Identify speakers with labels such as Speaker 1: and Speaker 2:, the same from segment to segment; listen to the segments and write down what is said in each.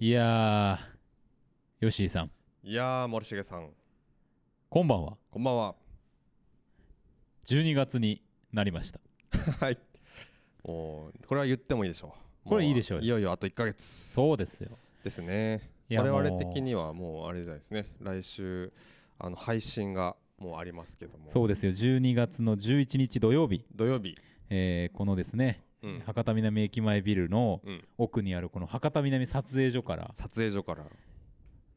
Speaker 1: いやー、ヨッシーさん、
Speaker 2: いやー森重さん
Speaker 1: こんばんは。
Speaker 2: こんばんは
Speaker 1: 12月になりました。
Speaker 2: はいもうこれは言ってもいいでしょう
Speaker 1: これいいでしょう
Speaker 2: も
Speaker 1: よ
Speaker 2: いよいよあと1ヶ月
Speaker 1: そうですよ。
Speaker 2: ですね
Speaker 1: いや
Speaker 2: 我々
Speaker 1: もう
Speaker 2: 的にはもうあれじゃないですね来週あの配信がもうありますけども
Speaker 1: そうですよ。12月の11日土曜日、
Speaker 2: 土曜日
Speaker 1: えーこのですね、
Speaker 2: うん
Speaker 1: 博多南駅前ビルの
Speaker 2: うん
Speaker 1: 奥にあるこの博多南撮影所から
Speaker 2: 撮影所から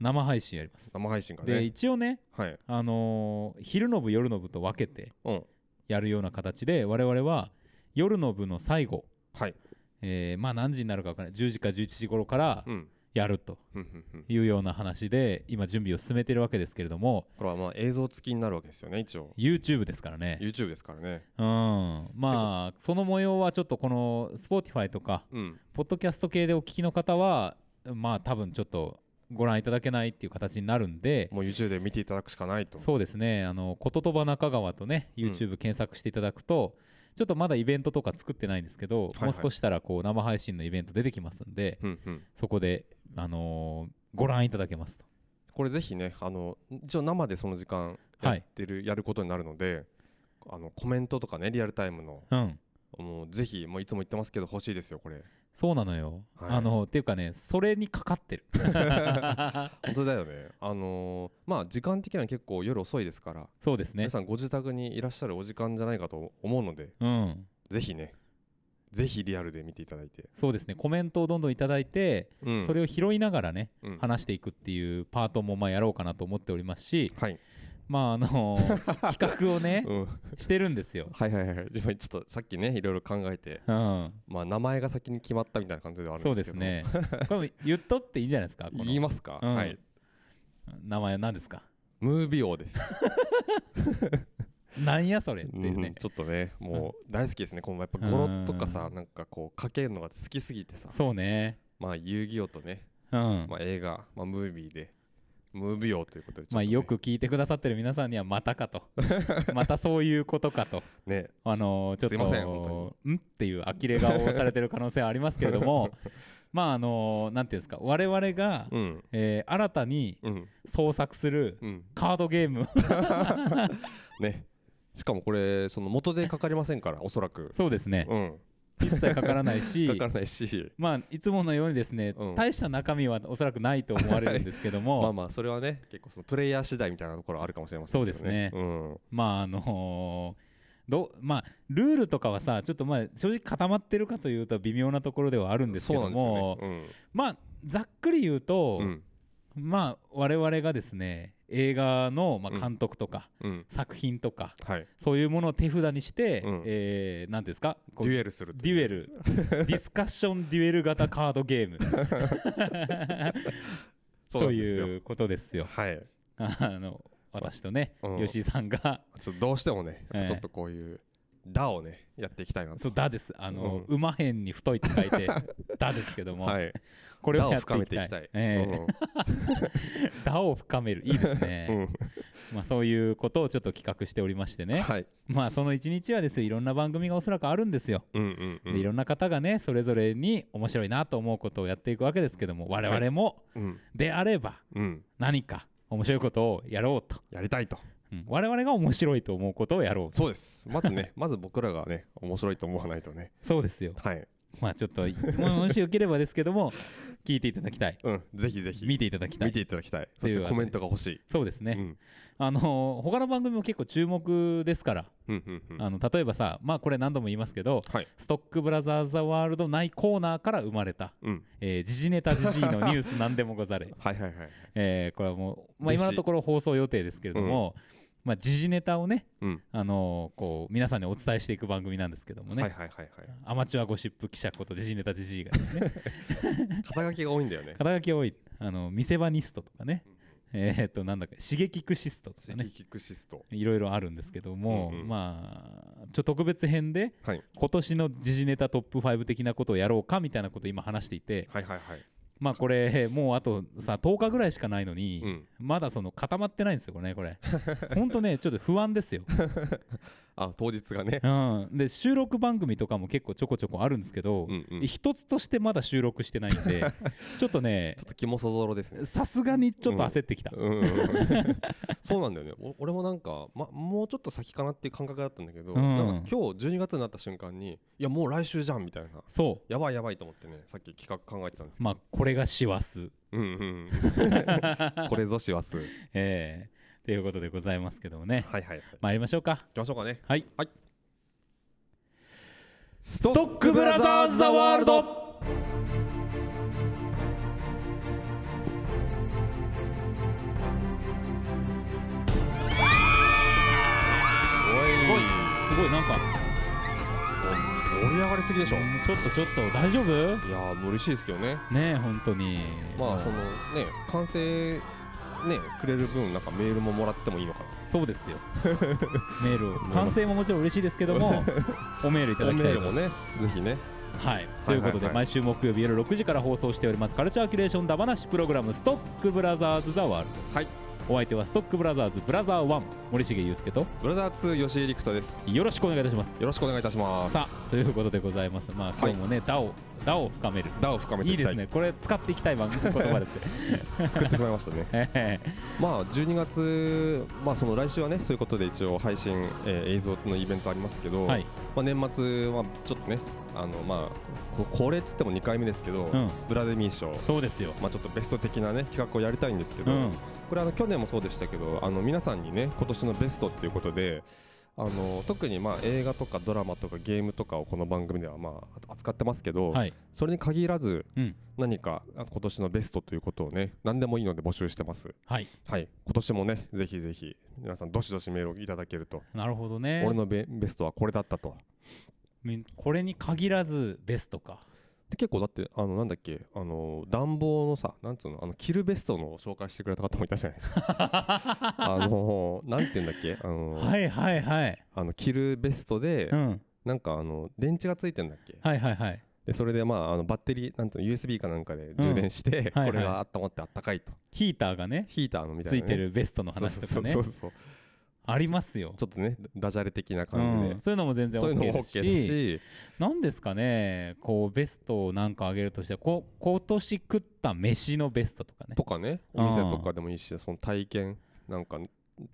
Speaker 1: 生配信やります。
Speaker 2: 生配信が
Speaker 1: で、
Speaker 2: ね
Speaker 1: 一応ね、
Speaker 2: はい
Speaker 1: あのー昼の部、夜の部と分けて
Speaker 2: うん
Speaker 1: やるような形で、我々は夜の部の最後、
Speaker 2: はい
Speaker 1: えーまあ何時になるか分からない、10時か11時頃から
Speaker 2: うん
Speaker 1: やると。
Speaker 2: ふんふんふん
Speaker 1: いうような話で今準備を進めてるわけですけれども
Speaker 2: これはまあ映像付きになるわけですよね一応
Speaker 1: YouTube ですからね
Speaker 2: YouTube ですからね
Speaker 1: うんまあその模様はちょっとこの Spotify とか
Speaker 2: うん
Speaker 1: ポッドキャスト系でお聞きの方はまあ多分ちょっとご覧いただけないっていう形になるんで
Speaker 2: もう YouTube で見ていただくしかないと
Speaker 1: そうですねあの「こととば中川」とね
Speaker 2: ん
Speaker 1: YouTube 検索していただくと、ちょっとまだイベントとか作ってないんですけど、
Speaker 2: はい
Speaker 1: もう少したらこう生配信のイベント出てきますんで、
Speaker 2: うんうん
Speaker 1: そこで、あのーご覧いただけますと
Speaker 2: これぜひねあの一応生でその時間やってる、やることになるのであのコメントとかねリアルタイムの
Speaker 1: うん
Speaker 2: もうぜひもういつも言ってますけど欲しいですよこれ
Speaker 1: そうなのよ、
Speaker 2: はい
Speaker 1: あのっていうかねそれにかかってる
Speaker 2: 本当だよねあのーまあ時間的には結構夜遅いですから、
Speaker 1: そうですね
Speaker 2: 皆さんご自宅にいらっしゃるお時間じゃないかと思うので
Speaker 1: うん
Speaker 2: ぜひねぜひリアルで見ていただいて、
Speaker 1: そうですねコメントをどんどんいただいて、
Speaker 2: うん
Speaker 1: それを拾いながらね
Speaker 2: うん
Speaker 1: 話していくっていうパートもまあやろうかなと思っておりますし
Speaker 2: はい、
Speaker 1: まああの 企画をね
Speaker 2: うん、
Speaker 1: してるんですよ、
Speaker 2: はいはいはいはい自分ちょっとさっきねいろいろ考えて
Speaker 1: うん、
Speaker 2: まあ名前が先に決まったみたいな感じではあるん
Speaker 1: そう
Speaker 2: ですけ
Speaker 1: で
Speaker 2: ど
Speaker 1: すねこれも言っとっていいんじゃないですかこの
Speaker 2: 言いますか、
Speaker 1: うん
Speaker 2: はい
Speaker 1: 名前は何ですか
Speaker 2: ムービー王です
Speaker 1: なんやそれって
Speaker 2: う
Speaker 1: いうんね
Speaker 2: ちょっとねもう大好きですねこのやっぱ
Speaker 1: うん
Speaker 2: 語呂とかさなんかこうかけるのが好きすぎてさ
Speaker 1: そうね
Speaker 2: まあ遊戯王とね
Speaker 1: うん
Speaker 2: まあ映画まあムービーでムービー王ということでちょっとね
Speaker 1: まあよく聞いてくださってる皆さんにはまたか とまたそういうことかと
Speaker 2: ね
Speaker 1: あのーちょっ
Speaker 2: すいません本
Speaker 1: とんっていう呆れ顔をされてる可能性はありますけれど もまああのーなんていうんですか我々が、
Speaker 2: うん
Speaker 1: えー新たに
Speaker 2: うん
Speaker 1: 創作する
Speaker 2: うん
Speaker 1: カードゲーム
Speaker 2: ねしかもこれその元でかかりませんからおそらく
Speaker 1: そうですね
Speaker 2: うん
Speaker 1: 一切かからないし
Speaker 2: かからないし
Speaker 1: まあいつものようにですね、
Speaker 2: うん
Speaker 1: 大した中身はおそらくないと思われるんですけども
Speaker 2: まあまあそれはね結構そのプレイヤー次第みたいなところあるかもしれませんけど
Speaker 1: そうですね
Speaker 2: うん
Speaker 1: まああのーどまあ、ルールとかはさちょっとまあ正直固まってるかというと微妙なところではあるんですけ
Speaker 2: そ
Speaker 1: ど
Speaker 2: うなんです
Speaker 1: も、
Speaker 2: よね
Speaker 1: まあざっくり言うと、
Speaker 2: うんうん
Speaker 1: まあ我々がですね映画のま
Speaker 2: う
Speaker 1: あ
Speaker 2: ん
Speaker 1: 監督とか、
Speaker 2: うん
Speaker 1: 作品とか
Speaker 2: はい
Speaker 1: そういうものを手札にして、
Speaker 2: うん
Speaker 1: えーなんですかこ
Speaker 2: デ
Speaker 1: う
Speaker 2: ュエルすると
Speaker 1: デュエル ディスカッションデュエル型カードゲームと
Speaker 2: そうなんですよ
Speaker 1: いうことですよ。
Speaker 2: はい
Speaker 1: あの私とね、
Speaker 2: うん
Speaker 1: 吉井さんが
Speaker 2: ちょっとどうしてもね、や
Speaker 1: ええ
Speaker 2: っぱちょっとこういう、だをね、やっていきたいな
Speaker 1: そ
Speaker 2: と
Speaker 1: う。だですあの、
Speaker 2: う
Speaker 1: 馬編に太いって書いて だですけども、
Speaker 2: はい。
Speaker 1: これ
Speaker 2: だ
Speaker 1: を
Speaker 2: を
Speaker 1: やって
Speaker 2: 深
Speaker 1: い
Speaker 2: め
Speaker 1: き
Speaker 2: てい
Speaker 1: た
Speaker 2: き
Speaker 1: い
Speaker 2: たい。
Speaker 1: ええだを深めるいいですね、
Speaker 2: うん
Speaker 1: まあ、そういうことをちょっと企画しておりまして
Speaker 2: うん
Speaker 1: ね
Speaker 2: はい。
Speaker 1: まあその一日はですよいろんな番組がおそらくあるんですよ、
Speaker 2: うんうんう
Speaker 1: でい
Speaker 2: ん。
Speaker 1: ろんな方がねそれぞれに面白いなと思うことをやっていくわけですけども我々も
Speaker 2: うん
Speaker 1: であれば
Speaker 2: うん。
Speaker 1: 何か面白いことをやろうと、
Speaker 2: やりたいと。
Speaker 1: うん我々が面白いと思うことをやろうと
Speaker 2: そうです。まずね、 まず僕らがね、面白いと思わないとね。
Speaker 1: そうですよ
Speaker 2: はい。
Speaker 1: まあちょっとももしよければですけども 聞いていただきたい
Speaker 2: うん。ぜひぜひ。
Speaker 1: 見ていただきた
Speaker 2: 見
Speaker 1: い
Speaker 2: ていただきたい。
Speaker 1: と
Speaker 2: そ
Speaker 1: い
Speaker 2: し
Speaker 1: う
Speaker 2: てコメントが欲しい。
Speaker 1: そうです
Speaker 2: う
Speaker 1: ね、
Speaker 2: ん
Speaker 1: あのー他の番組も結構注目ですから、
Speaker 2: うんうんうん。
Speaker 1: あの例えばさまあこれ何度も言いますけど
Speaker 2: はい。
Speaker 1: ストックブラザーズ・ザ・ワールドないコーナーから生まれた
Speaker 2: うん。、
Speaker 1: えー時事ネタ時事のニュースなんでもござれ
Speaker 2: はいはいはい。
Speaker 1: えーこれはもう、まあ、
Speaker 2: です
Speaker 1: 今のところ放送予定ですけれども、まあ、時事ネタをね、
Speaker 2: うん。
Speaker 1: あのーこう皆さんにお伝えしていく番組なんですけども
Speaker 2: は
Speaker 1: ね、
Speaker 2: いはいはいはい。
Speaker 1: アマチュアゴシップ記者こと時事ネタ時事がですね
Speaker 2: 肩書きが多いんだ よね。
Speaker 1: 肩書き多いあの見せ場ニストとかね、えーっとなんだっけ刺激クシストとか
Speaker 2: シ
Speaker 1: ね
Speaker 2: キクシスト。
Speaker 1: いろいろあるんですけども、
Speaker 2: うんうん
Speaker 1: まあちょっと特別編で
Speaker 2: はい。
Speaker 1: 今年の時事ネタトップ5的なことをやろうかみたいなことを今話していて、
Speaker 2: はいはいはい。
Speaker 1: まあこれもうあとさ10日ぐらいしかないのに、
Speaker 2: うん。
Speaker 1: まだその固まってないんですよこれねこれほんとねちょっと不安ですよ
Speaker 2: あ当日がね
Speaker 1: うん、で収録番組とかも結構ちょこちょこあるんですけど、
Speaker 2: うんうんちょ
Speaker 1: 一つとしてまだ収録してないん でちょっとね
Speaker 2: っと気もそぞろですね
Speaker 1: さすがにちょっと焦ってきた、
Speaker 2: うんうんうん、そうなんだよねお俺もなんか、ま、もうちょっと先かなっていう感覚だったんだけど、
Speaker 1: うん
Speaker 2: なんか今日12月になった瞬間にいやもう来週じゃんみたいな
Speaker 1: そ
Speaker 2: やばいやばいと思ってねさっき企画考えてたんですけ
Speaker 1: う
Speaker 2: ど、
Speaker 1: まあこれが師走
Speaker 2: うんうん うんこれぞしわすはい
Speaker 1: ええということでございますけどもね
Speaker 2: はいはい行
Speaker 1: 参りましょうか
Speaker 2: きましょうかね
Speaker 1: はい
Speaker 2: ス
Speaker 1: ストックブラザーズ・ザ・ワールドすごいすごいなんか
Speaker 2: 盛り上がりすぎでしょい
Speaker 1: ちょっとちょっと大丈夫
Speaker 2: やーもう嬉しいですけどね
Speaker 1: ねえ本当に
Speaker 2: ま
Speaker 1: も
Speaker 2: あ
Speaker 1: う
Speaker 2: そのね完成ねくれる分なんかメールももらってもいいのか
Speaker 1: そうです よメールを完成ももちろん嬉しいですけど もおメールいた
Speaker 2: な
Speaker 1: だ
Speaker 2: お
Speaker 1: き
Speaker 2: メ
Speaker 1: たい
Speaker 2: ー
Speaker 1: と
Speaker 2: ルもねぜひね
Speaker 1: はい、ということ
Speaker 2: はいはい
Speaker 1: で
Speaker 2: はい
Speaker 1: 毎週木曜日夜6時から放送しておりますカルチャーキュレーションだばなしプログラム「ストックブラザーズ・ザ・ワール
Speaker 2: はい
Speaker 1: ド」お相手はストックブラザーズブラザー1森重裕介と
Speaker 2: ブラザー2吉井陸太です
Speaker 1: よろしくお願いいたします
Speaker 2: よろしくお願いいたします
Speaker 1: さあということでございますまあ今日もね、ダオダオを深める
Speaker 2: ダを深めて
Speaker 1: い
Speaker 2: い
Speaker 1: い
Speaker 2: き
Speaker 1: で
Speaker 2: た
Speaker 1: す
Speaker 2: い
Speaker 1: ねこれ使っていきたい番組言葉です よ
Speaker 2: 作ってしまい ましたね
Speaker 1: え
Speaker 2: まあ12月まあその来週はねそういうことで一応配信、えー映像のイベントありますけど、
Speaker 1: えはい
Speaker 2: まあ、年末はちょっとねあのまあこ恒例っつっても2回目ですけど、
Speaker 1: うん
Speaker 2: ブラデミー賞
Speaker 1: そうですよ
Speaker 2: まあ、ちょっとベスト的なね企画をやりたいんですけ
Speaker 1: う
Speaker 2: ど、
Speaker 1: ん
Speaker 2: これあの去年もそうでしたけどあの皆さんにね今年のベストっていうことであの特にまあ映画とかドラマとかゲームとかをこの番組ではまあ扱ってますけど、
Speaker 1: はい
Speaker 2: それに限らず
Speaker 1: うん
Speaker 2: 何かあ今年のベストということをね何でもいいので募集してます
Speaker 1: はい
Speaker 2: はい今年もねぜひぜひ皆さんどしどしメールをいただけると、
Speaker 1: なるほどね
Speaker 2: 俺のベベストはこれだったと
Speaker 1: みこれに限らずベストか
Speaker 2: で結構だってあのなんだっけあの暖房のさなんつうのあの着るベストの紹介してくれた方もいたじゃないです かあのなんて言うんだっけあの、
Speaker 1: はいはいはい
Speaker 2: あの着るベストで、
Speaker 1: うん
Speaker 2: なんかあの電池がついてんだっけ
Speaker 1: はいはいはい
Speaker 2: でそれでまああのバッテリーなんていうの USB かなんかで充電して、
Speaker 1: はい
Speaker 2: これが温まってあったかいと
Speaker 1: ヒーターがね
Speaker 2: ヒーターのみた
Speaker 1: つ
Speaker 2: い
Speaker 1: い
Speaker 2: な、ね、
Speaker 1: てるベストの話とかね
Speaker 2: そうそうそうそう
Speaker 1: ありますよ
Speaker 2: ちょっとねダジャレ的な感じで、
Speaker 1: うん、そういうのも全然
Speaker 2: そういうの
Speaker 1: OK
Speaker 2: も
Speaker 1: で
Speaker 2: OK だ
Speaker 1: す
Speaker 2: し、
Speaker 1: し何ですかねこうベストをなんか上げるとしてはこ今年食った飯のベストとかね
Speaker 2: とかねお店とかでもいいしその体験なんか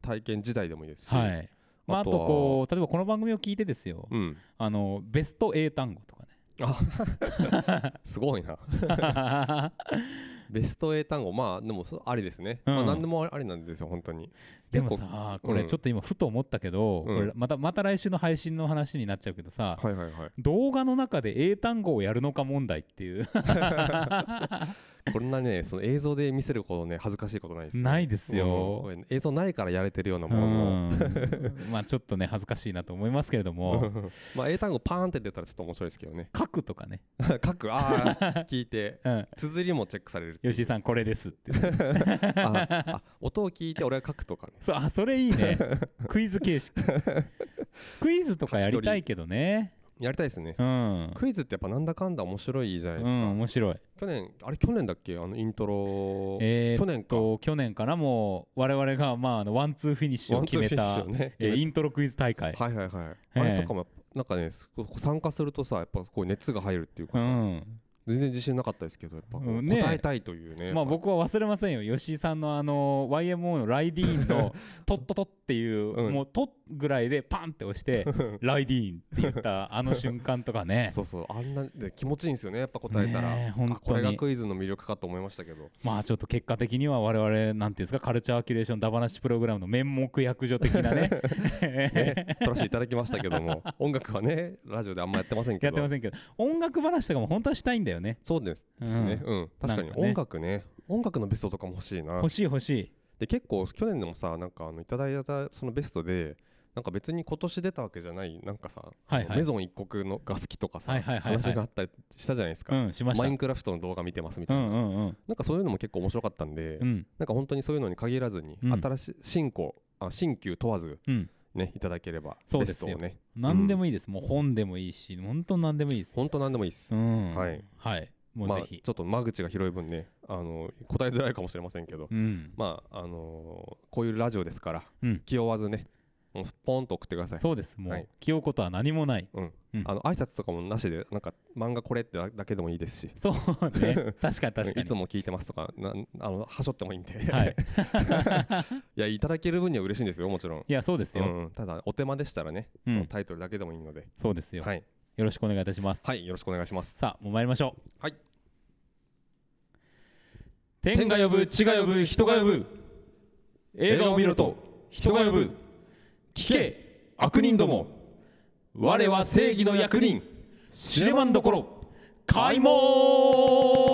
Speaker 2: 体験時代でもいいですし、
Speaker 1: はいまあ、あと
Speaker 2: は
Speaker 1: こう例えばこの番組を聞いてですよ、
Speaker 2: うん
Speaker 1: あのベスト英単語とか
Speaker 2: すごいな
Speaker 1: ね
Speaker 2: ベスト英単語まあでもそうありですね、
Speaker 1: うん
Speaker 2: まあ何でもありなんですよ本当に
Speaker 1: でも
Speaker 2: 結構
Speaker 1: さ
Speaker 2: うん
Speaker 1: これちょっと今ふと思ったけど、
Speaker 2: うん
Speaker 1: これまたまた来週の配信の話になっちゃうけどさ、
Speaker 2: はいはいは
Speaker 1: 動画の中で英単語をやるのか問題っていう
Speaker 2: いこんなねその映像で見せるほどね恥ずかしいことないです、ね、
Speaker 1: ないです
Speaker 2: うんこ
Speaker 1: よ、
Speaker 2: れね映像ないからやれてるような
Speaker 1: う
Speaker 2: ものも、
Speaker 1: ん、まあちょっとね恥ずかしいなと思いますけれども
Speaker 2: まあ英単語パーンって出たらちょっと面白いですけ どね
Speaker 1: 書くとかね、
Speaker 2: 書くああ聞いて
Speaker 1: うん、
Speaker 2: 綴りもチェック される
Speaker 1: 吉井さんこれですって
Speaker 2: ああ音を聞いて俺が書くとかね
Speaker 1: そうあそれいい ねクイズ形式クイズとかやりたいけどね
Speaker 2: やりたいですね、
Speaker 1: うん、
Speaker 2: クイズってやっぱなんだかんだ面白いじゃないうですか、
Speaker 1: ん、面白い
Speaker 2: 去年あれ去年だっけあのイントロ、
Speaker 1: え
Speaker 2: 去
Speaker 1: ー、
Speaker 2: 年
Speaker 1: っ
Speaker 2: か
Speaker 1: と去年からもう我々がまああのワンツーフィニッシュを
Speaker 2: ワン
Speaker 1: 決
Speaker 2: ツー
Speaker 1: め
Speaker 2: フィニッシ
Speaker 1: た
Speaker 2: ュをね
Speaker 1: えー
Speaker 2: 決
Speaker 1: イントロクイズ大会、
Speaker 2: めはいはいはい、
Speaker 1: え
Speaker 2: あれとかもなんかねすこう参加するとさやっぱこう熱が入るっていうか
Speaker 1: う
Speaker 2: さ、
Speaker 1: ん
Speaker 2: 全然自信なかったですけどやっぱこう
Speaker 1: うんね
Speaker 2: 答えたいというね,やっぱ、
Speaker 1: まあ僕は忘れませんよ吉井さんのあの YMO のライディーン の「トットト」っていう、
Speaker 2: うん
Speaker 1: もう「ト」ぐらいでパンって押して「ライディーン」って言ったあの瞬間とかね
Speaker 2: そうそうあんなで気持ちいいんですよねやっぱ答えたら、
Speaker 1: ねえ本当に
Speaker 2: あこれがクイズの魅力かと思いましたけど
Speaker 1: まあちょっと結果的には我々なんていうんですかカルチャーキュレーションダバナシプログラムの面目役所的 なね
Speaker 2: ね撮らせていただきましたけども 音楽はねラジオであんまやってませんけ
Speaker 1: やっ
Speaker 2: ど
Speaker 1: てませんけど音楽話とかも本当はしたいんだよね
Speaker 2: そうです,、
Speaker 1: うん
Speaker 2: ねうん確かに
Speaker 1: なんかね
Speaker 2: 音楽ね音楽のベストとかも欲しいな
Speaker 1: 欲しい欲しい
Speaker 2: で結構去年でもさなんかあのいただいたそのベストでなんか別に今年出たわけじゃないなんかさ、
Speaker 1: はいはい
Speaker 2: あのメゾン一国のが好きとかさ、
Speaker 1: はいはいはいはい
Speaker 2: 話があったりしたじゃないですか、
Speaker 1: うんしました
Speaker 2: マ
Speaker 1: う
Speaker 2: イン
Speaker 1: ん
Speaker 2: クラフトの動画見てますみ
Speaker 1: う
Speaker 2: たいな、
Speaker 1: んうん
Speaker 2: なんかそういうのも結構面白かったんで、
Speaker 1: うん
Speaker 2: なんか本当にそういうのに限らずに、
Speaker 1: うん
Speaker 2: 新しい新古あ新旧問わず
Speaker 1: うん
Speaker 2: ねいただければ
Speaker 1: そう
Speaker 2: ベ
Speaker 1: で
Speaker 2: ス
Speaker 1: す
Speaker 2: ト
Speaker 1: よ
Speaker 2: をね
Speaker 1: 何でもいいですもう本でもいいし本当何でもいいです
Speaker 2: 本当なんでもいいです、
Speaker 1: うん
Speaker 2: はい
Speaker 1: はいも
Speaker 2: ま
Speaker 1: う
Speaker 2: あ
Speaker 1: ぜ
Speaker 2: ち
Speaker 1: ひ
Speaker 2: ょっと間口が広い分ねあの答えづらいかもしれませんけど、
Speaker 1: うん
Speaker 2: まああのこういうラジオですから、
Speaker 1: うん
Speaker 2: 気負わずねうんポンと送ってください
Speaker 1: そうですもう、
Speaker 2: はい
Speaker 1: 着ようことは何もない
Speaker 2: あの挨拶とかもなしでなんか漫画これってだけでもいいですし
Speaker 1: そう ね確かに確かに
Speaker 2: いつも聞いてますとかなあのはしょってもいいんで、
Speaker 1: はい
Speaker 2: い、や いただける分には嬉しいんですよもちろん、
Speaker 1: いやそうです
Speaker 2: う
Speaker 1: よ、
Speaker 2: ん、ただお手間でしたらね、
Speaker 1: うん
Speaker 2: そのタイトルだけでもいいので
Speaker 1: そうですよ、
Speaker 2: はい、
Speaker 1: よろしくお願いいたします、
Speaker 2: はい、よろしくお願いします
Speaker 1: さあもう参りましょう
Speaker 2: はい
Speaker 1: 天が呼ぶ地が呼ぶ人が呼ぶ映画を見ろと人が呼ぶ聞け悪人ども我は正義の役人シネマンどころ開門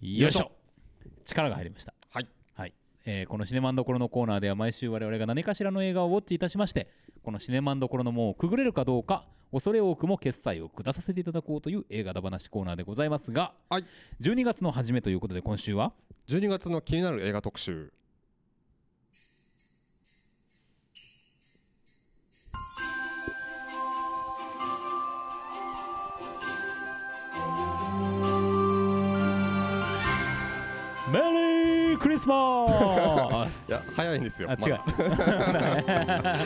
Speaker 1: よいしょ力が入りました
Speaker 2: はい
Speaker 1: はいえーこのシネマンどころのコーナーでは毎週我々が何かしらの映画をウォッチいたしましてこのシネマンどころの門をくぐれるかどうか恐れ多くも決済を下させていただこうという映画だ話コーナーでございますが、
Speaker 2: はい
Speaker 1: 12月の初めということで今週は
Speaker 2: 12月の気になる映画特集
Speaker 1: メリークリスマ
Speaker 2: い
Speaker 1: ス
Speaker 2: や早いんですよ
Speaker 1: あ
Speaker 2: ま
Speaker 1: 違
Speaker 2: だ
Speaker 1: う
Speaker 2: まあ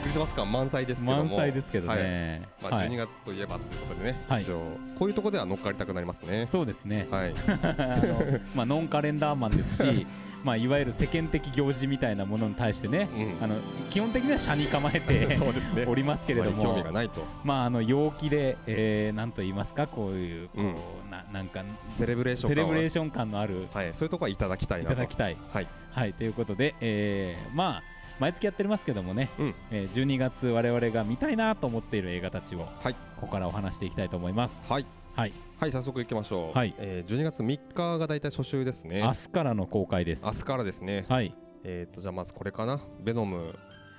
Speaker 2: クリスマス感満載ですけども
Speaker 1: 満載ですけどね、
Speaker 2: はいま
Speaker 1: は
Speaker 2: あ、
Speaker 1: い
Speaker 2: 12月といえばということでね、
Speaker 1: はい
Speaker 2: 一応こういうとこでは乗っかりたくなりますね
Speaker 1: そうですね
Speaker 2: はい
Speaker 1: あのまあノンカレンダーマンですしまあいわゆる世間的行事みたいなものに対してね、
Speaker 2: うん
Speaker 1: あの基本的には車に構えて
Speaker 2: そうですね
Speaker 1: おりますけれども、
Speaker 2: あまり興味がないと
Speaker 1: まああの陽気で、えー、なんと言いますかこういうこう、
Speaker 2: うん
Speaker 1: ななんか
Speaker 2: セレブレーション
Speaker 1: セレ
Speaker 2: 感は
Speaker 1: ブレーション感のある
Speaker 2: はい、そういうとこはいただきたい
Speaker 1: い
Speaker 2: なと
Speaker 1: ただきたい。
Speaker 2: はい
Speaker 1: はいということで、えー、まあ毎月やってますけどもね、
Speaker 2: うん
Speaker 1: えー、12月我々が見たいなと思っている映画たちを、
Speaker 2: はい
Speaker 1: ここからお話していきたいと思います。
Speaker 2: はい
Speaker 1: はい、
Speaker 2: はい、早速行きましょう。
Speaker 1: はい
Speaker 2: えー12月3日が大体初週ですね。
Speaker 1: 明日からの公開です。
Speaker 2: 明日からですね。
Speaker 1: はい、
Speaker 2: えっ、と、じゃあまずこれかな。ベノム、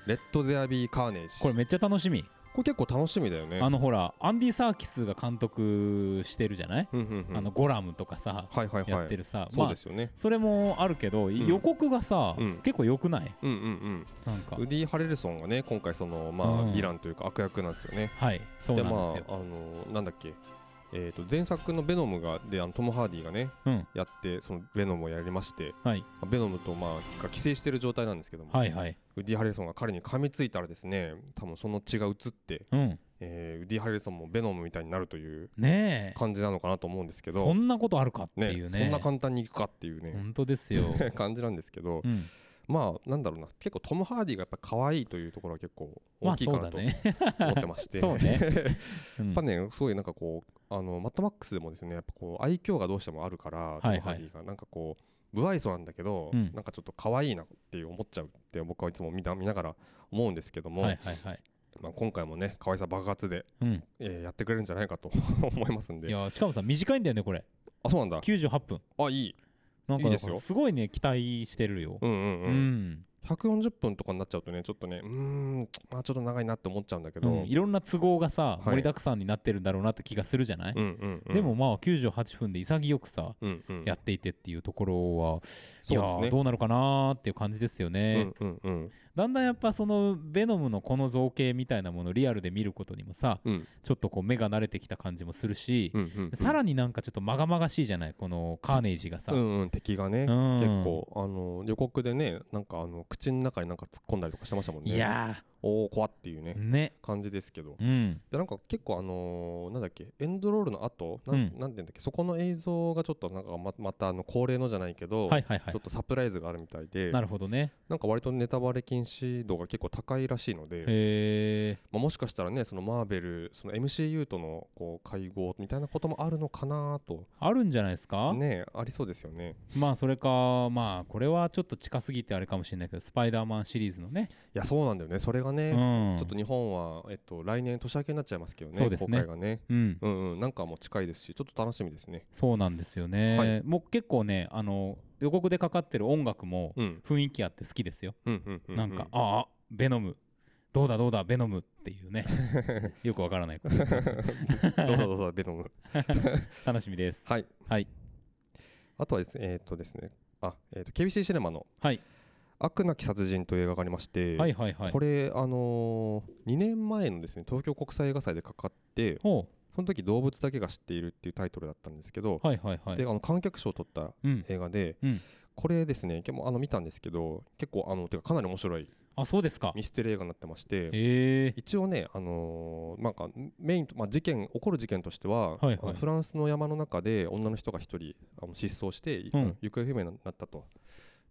Speaker 2: レッド・ゼア・ビー・カーネージ。
Speaker 1: これめっちゃ楽しみ。
Speaker 2: これ結構楽しみだよね。
Speaker 1: あのほらアンディ・サーキスが監督してるじゃない、
Speaker 2: うんうんうん
Speaker 1: あのゴラムとかさ、
Speaker 2: はいはいはい。
Speaker 1: やってるさ、
Speaker 2: そう
Speaker 1: まあ
Speaker 2: ですよね。
Speaker 1: それもあるけど、
Speaker 2: ん
Speaker 1: 予告がさ、
Speaker 2: うん
Speaker 1: 結構良くない
Speaker 2: うんうん
Speaker 1: なんか
Speaker 2: うん。ウディ・ハレルソンがね、今回その、まあ、
Speaker 1: うん
Speaker 2: ヴィランというか悪役なんですよね。
Speaker 1: はいそうなんですよ
Speaker 2: ま、あ、あのなんだっけ。えー、と前作の「ベノムが」であのトム・ハーディがね
Speaker 1: うん
Speaker 2: やってそのベノムをやりまして
Speaker 1: はい、
Speaker 2: まあベノムと、まあ、が寄生してる状態なんですけども、
Speaker 1: はいはい
Speaker 2: ウディ・ハレルソンが彼に噛みついたらですね多分その血が移って、
Speaker 1: うん
Speaker 2: えーウディ・ハレルソンもベノムみたいになるという
Speaker 1: ねえ
Speaker 2: 感じなのかなと思うんですけど
Speaker 1: そんなことあるかっていうね
Speaker 2: そんな簡単にいくかっていうね、
Speaker 1: 本当ですよ、
Speaker 2: 感じなんですけど、
Speaker 1: うん、
Speaker 2: まあなんだろうな結構トム・ハーディがやっぱ可愛いというところは結構
Speaker 1: ま
Speaker 2: 大
Speaker 1: あ
Speaker 2: きいか
Speaker 1: そう
Speaker 2: な
Speaker 1: だ
Speaker 2: と
Speaker 1: ね
Speaker 2: 思ってまし て、
Speaker 1: そうね、うん
Speaker 2: やっぱねすごいなんかこうあのマットマックスでもですねやっぱこう愛嬌がどうしてもあるから、
Speaker 1: いはい
Speaker 2: トム・ハーディがなんかこう不愛想なんだけど、
Speaker 1: うん
Speaker 2: なんかちょっと可愛いなって思っちゃうって僕はいつも見な見ながら思うんですけども、
Speaker 1: はいはいはい、
Speaker 2: まあ、今回もね可愛さ爆発で、
Speaker 1: うん、
Speaker 2: えーやってくれるんじゃないかと 思いますん
Speaker 1: い
Speaker 2: で
Speaker 1: やしかもさ短いんだよねこれ
Speaker 2: あそうなんだ
Speaker 1: 98分
Speaker 2: あいい
Speaker 1: なんかだ
Speaker 2: いいです
Speaker 1: から
Speaker 2: よ
Speaker 1: すごいね期待してるよ、
Speaker 2: うんうん
Speaker 1: う
Speaker 2: うん、
Speaker 1: ん
Speaker 2: 140分とかになっちゃうとねちょっとねうーんまあちょっと長いなって思っちゃうんだけ
Speaker 1: う
Speaker 2: ど、うん
Speaker 1: ん、いろんな都合がさ
Speaker 2: はい
Speaker 1: 盛りだくさんになってるんだろうなって気がするじゃない、
Speaker 2: うんうんうん
Speaker 1: でも、まあ98分で潔くさ
Speaker 2: うんうん、
Speaker 1: やっていてっていうところは、い
Speaker 2: そ
Speaker 1: や
Speaker 2: うです
Speaker 1: ー
Speaker 2: ね
Speaker 1: どうなるかなーっていう感じですよね、
Speaker 2: うんうんうん
Speaker 1: だんだんやっぱそのベノムのこの造形みたいなものをリアルで見ることにもさ
Speaker 2: うん
Speaker 1: ちょっとこう目が慣れてきた感じもするし、
Speaker 2: うんうんうん
Speaker 1: さらになんかちょっとまがまがしいじゃないこのカーネージがさ、
Speaker 2: うんうん敵がね、
Speaker 1: うん
Speaker 2: 結構あの予告でねなんかあの口の中になんか突っ込んだりとかしてましたもんね
Speaker 1: いや
Speaker 2: おお怖っていうね、
Speaker 1: ーね
Speaker 2: 感じですけど
Speaker 1: うん
Speaker 2: でなんか結構あのーなんだっけエンドロールの後なん、
Speaker 1: うん
Speaker 2: なんていうんだっけそこの映像がちょっとなんかままたあの恒例のじゃないけど、
Speaker 1: はいはいは
Speaker 2: ちょっ
Speaker 1: い
Speaker 2: とサプライズがあるみたいで
Speaker 1: なるほどね
Speaker 2: なんか割とネタバレ禁止度が結構高いらしいので、
Speaker 1: へえ
Speaker 2: まあ、もしかしたらねそのマーベルその MCU とのこう会合みたいなこともあるのかなと
Speaker 1: あるんじゃないですか、
Speaker 2: ねありそうですよね
Speaker 1: まあそれかまあこれはちょっと近すぎてあれかもしれないけどスパイダーマンシリーズのね、
Speaker 2: いやそうなんだよねそれがね、
Speaker 1: うん
Speaker 2: ちょっと日本は、えっと、来年年明けになっちゃいますけどね
Speaker 1: そうですね
Speaker 2: 公開がね
Speaker 1: うん
Speaker 2: うんうんなんかもう近いですしちょっと楽しみですね
Speaker 1: そうなんですよね、
Speaker 2: はい
Speaker 1: もう結構ねあの予告でかかってる音楽も
Speaker 2: うん
Speaker 1: 雰囲気あって好きですよ
Speaker 2: うんうんうう
Speaker 1: なんか、ああ、ベノム、どうだどうだ、ベノムっていう ね、よくわからないこと言ってますよ
Speaker 2: どうぞどうぞベノム
Speaker 1: 楽しみです。
Speaker 2: はい
Speaker 1: はい、
Speaker 2: あとはですねえっとですねあえっと KBC シネマの
Speaker 1: はい、
Speaker 2: 悪なき殺人という映画がありまして、
Speaker 1: はいはいはい
Speaker 2: これあのー、2年前のですね東京国際映画祭でかかって
Speaker 1: ほ
Speaker 2: その時「動物だけが知っている」っていうタイトルだったんですけど、
Speaker 1: うはいはいはい
Speaker 2: であの観客賞を取った
Speaker 1: うん
Speaker 2: 映画で、
Speaker 1: うん
Speaker 2: これですね結構あの見たんですけど結構あのてかかなり面白い
Speaker 1: あそうですか
Speaker 2: ミステリー映画になってまして、
Speaker 1: へえ
Speaker 2: 一応ね、あのーなんかメインと、まあ、事件起こる事件としては、
Speaker 1: はいはい
Speaker 2: あのフランスの山の中で女の人が一人あの失踪して、い
Speaker 1: うん
Speaker 2: 行方不明になったと。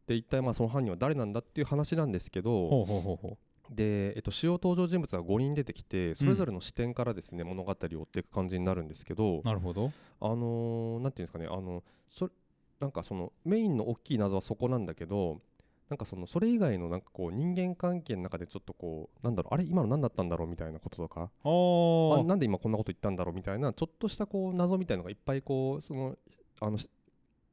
Speaker 2: で一体まあその犯人は誰なんだっていう話なんですけど
Speaker 1: ほうほうほうほ
Speaker 2: で、えっと、主要登場人物が5人出てきてそれぞれの視点からですね、物語を追っていく感じになるんですけど
Speaker 1: うなるほど
Speaker 2: あのーなんていうんですかねあのそなんかそのメインの大きい謎はそこなんだけどなんかそのそれ以外のなんかこう人間関係の中でちょっとこうなんだろうあれ今の何だったんだろうみたいなこととか
Speaker 1: あ
Speaker 2: あ
Speaker 1: ー
Speaker 2: なんで今こんなこと言ったんだろうみたいなちょっとしたこう謎みたいのがいっぱいこうそのあのし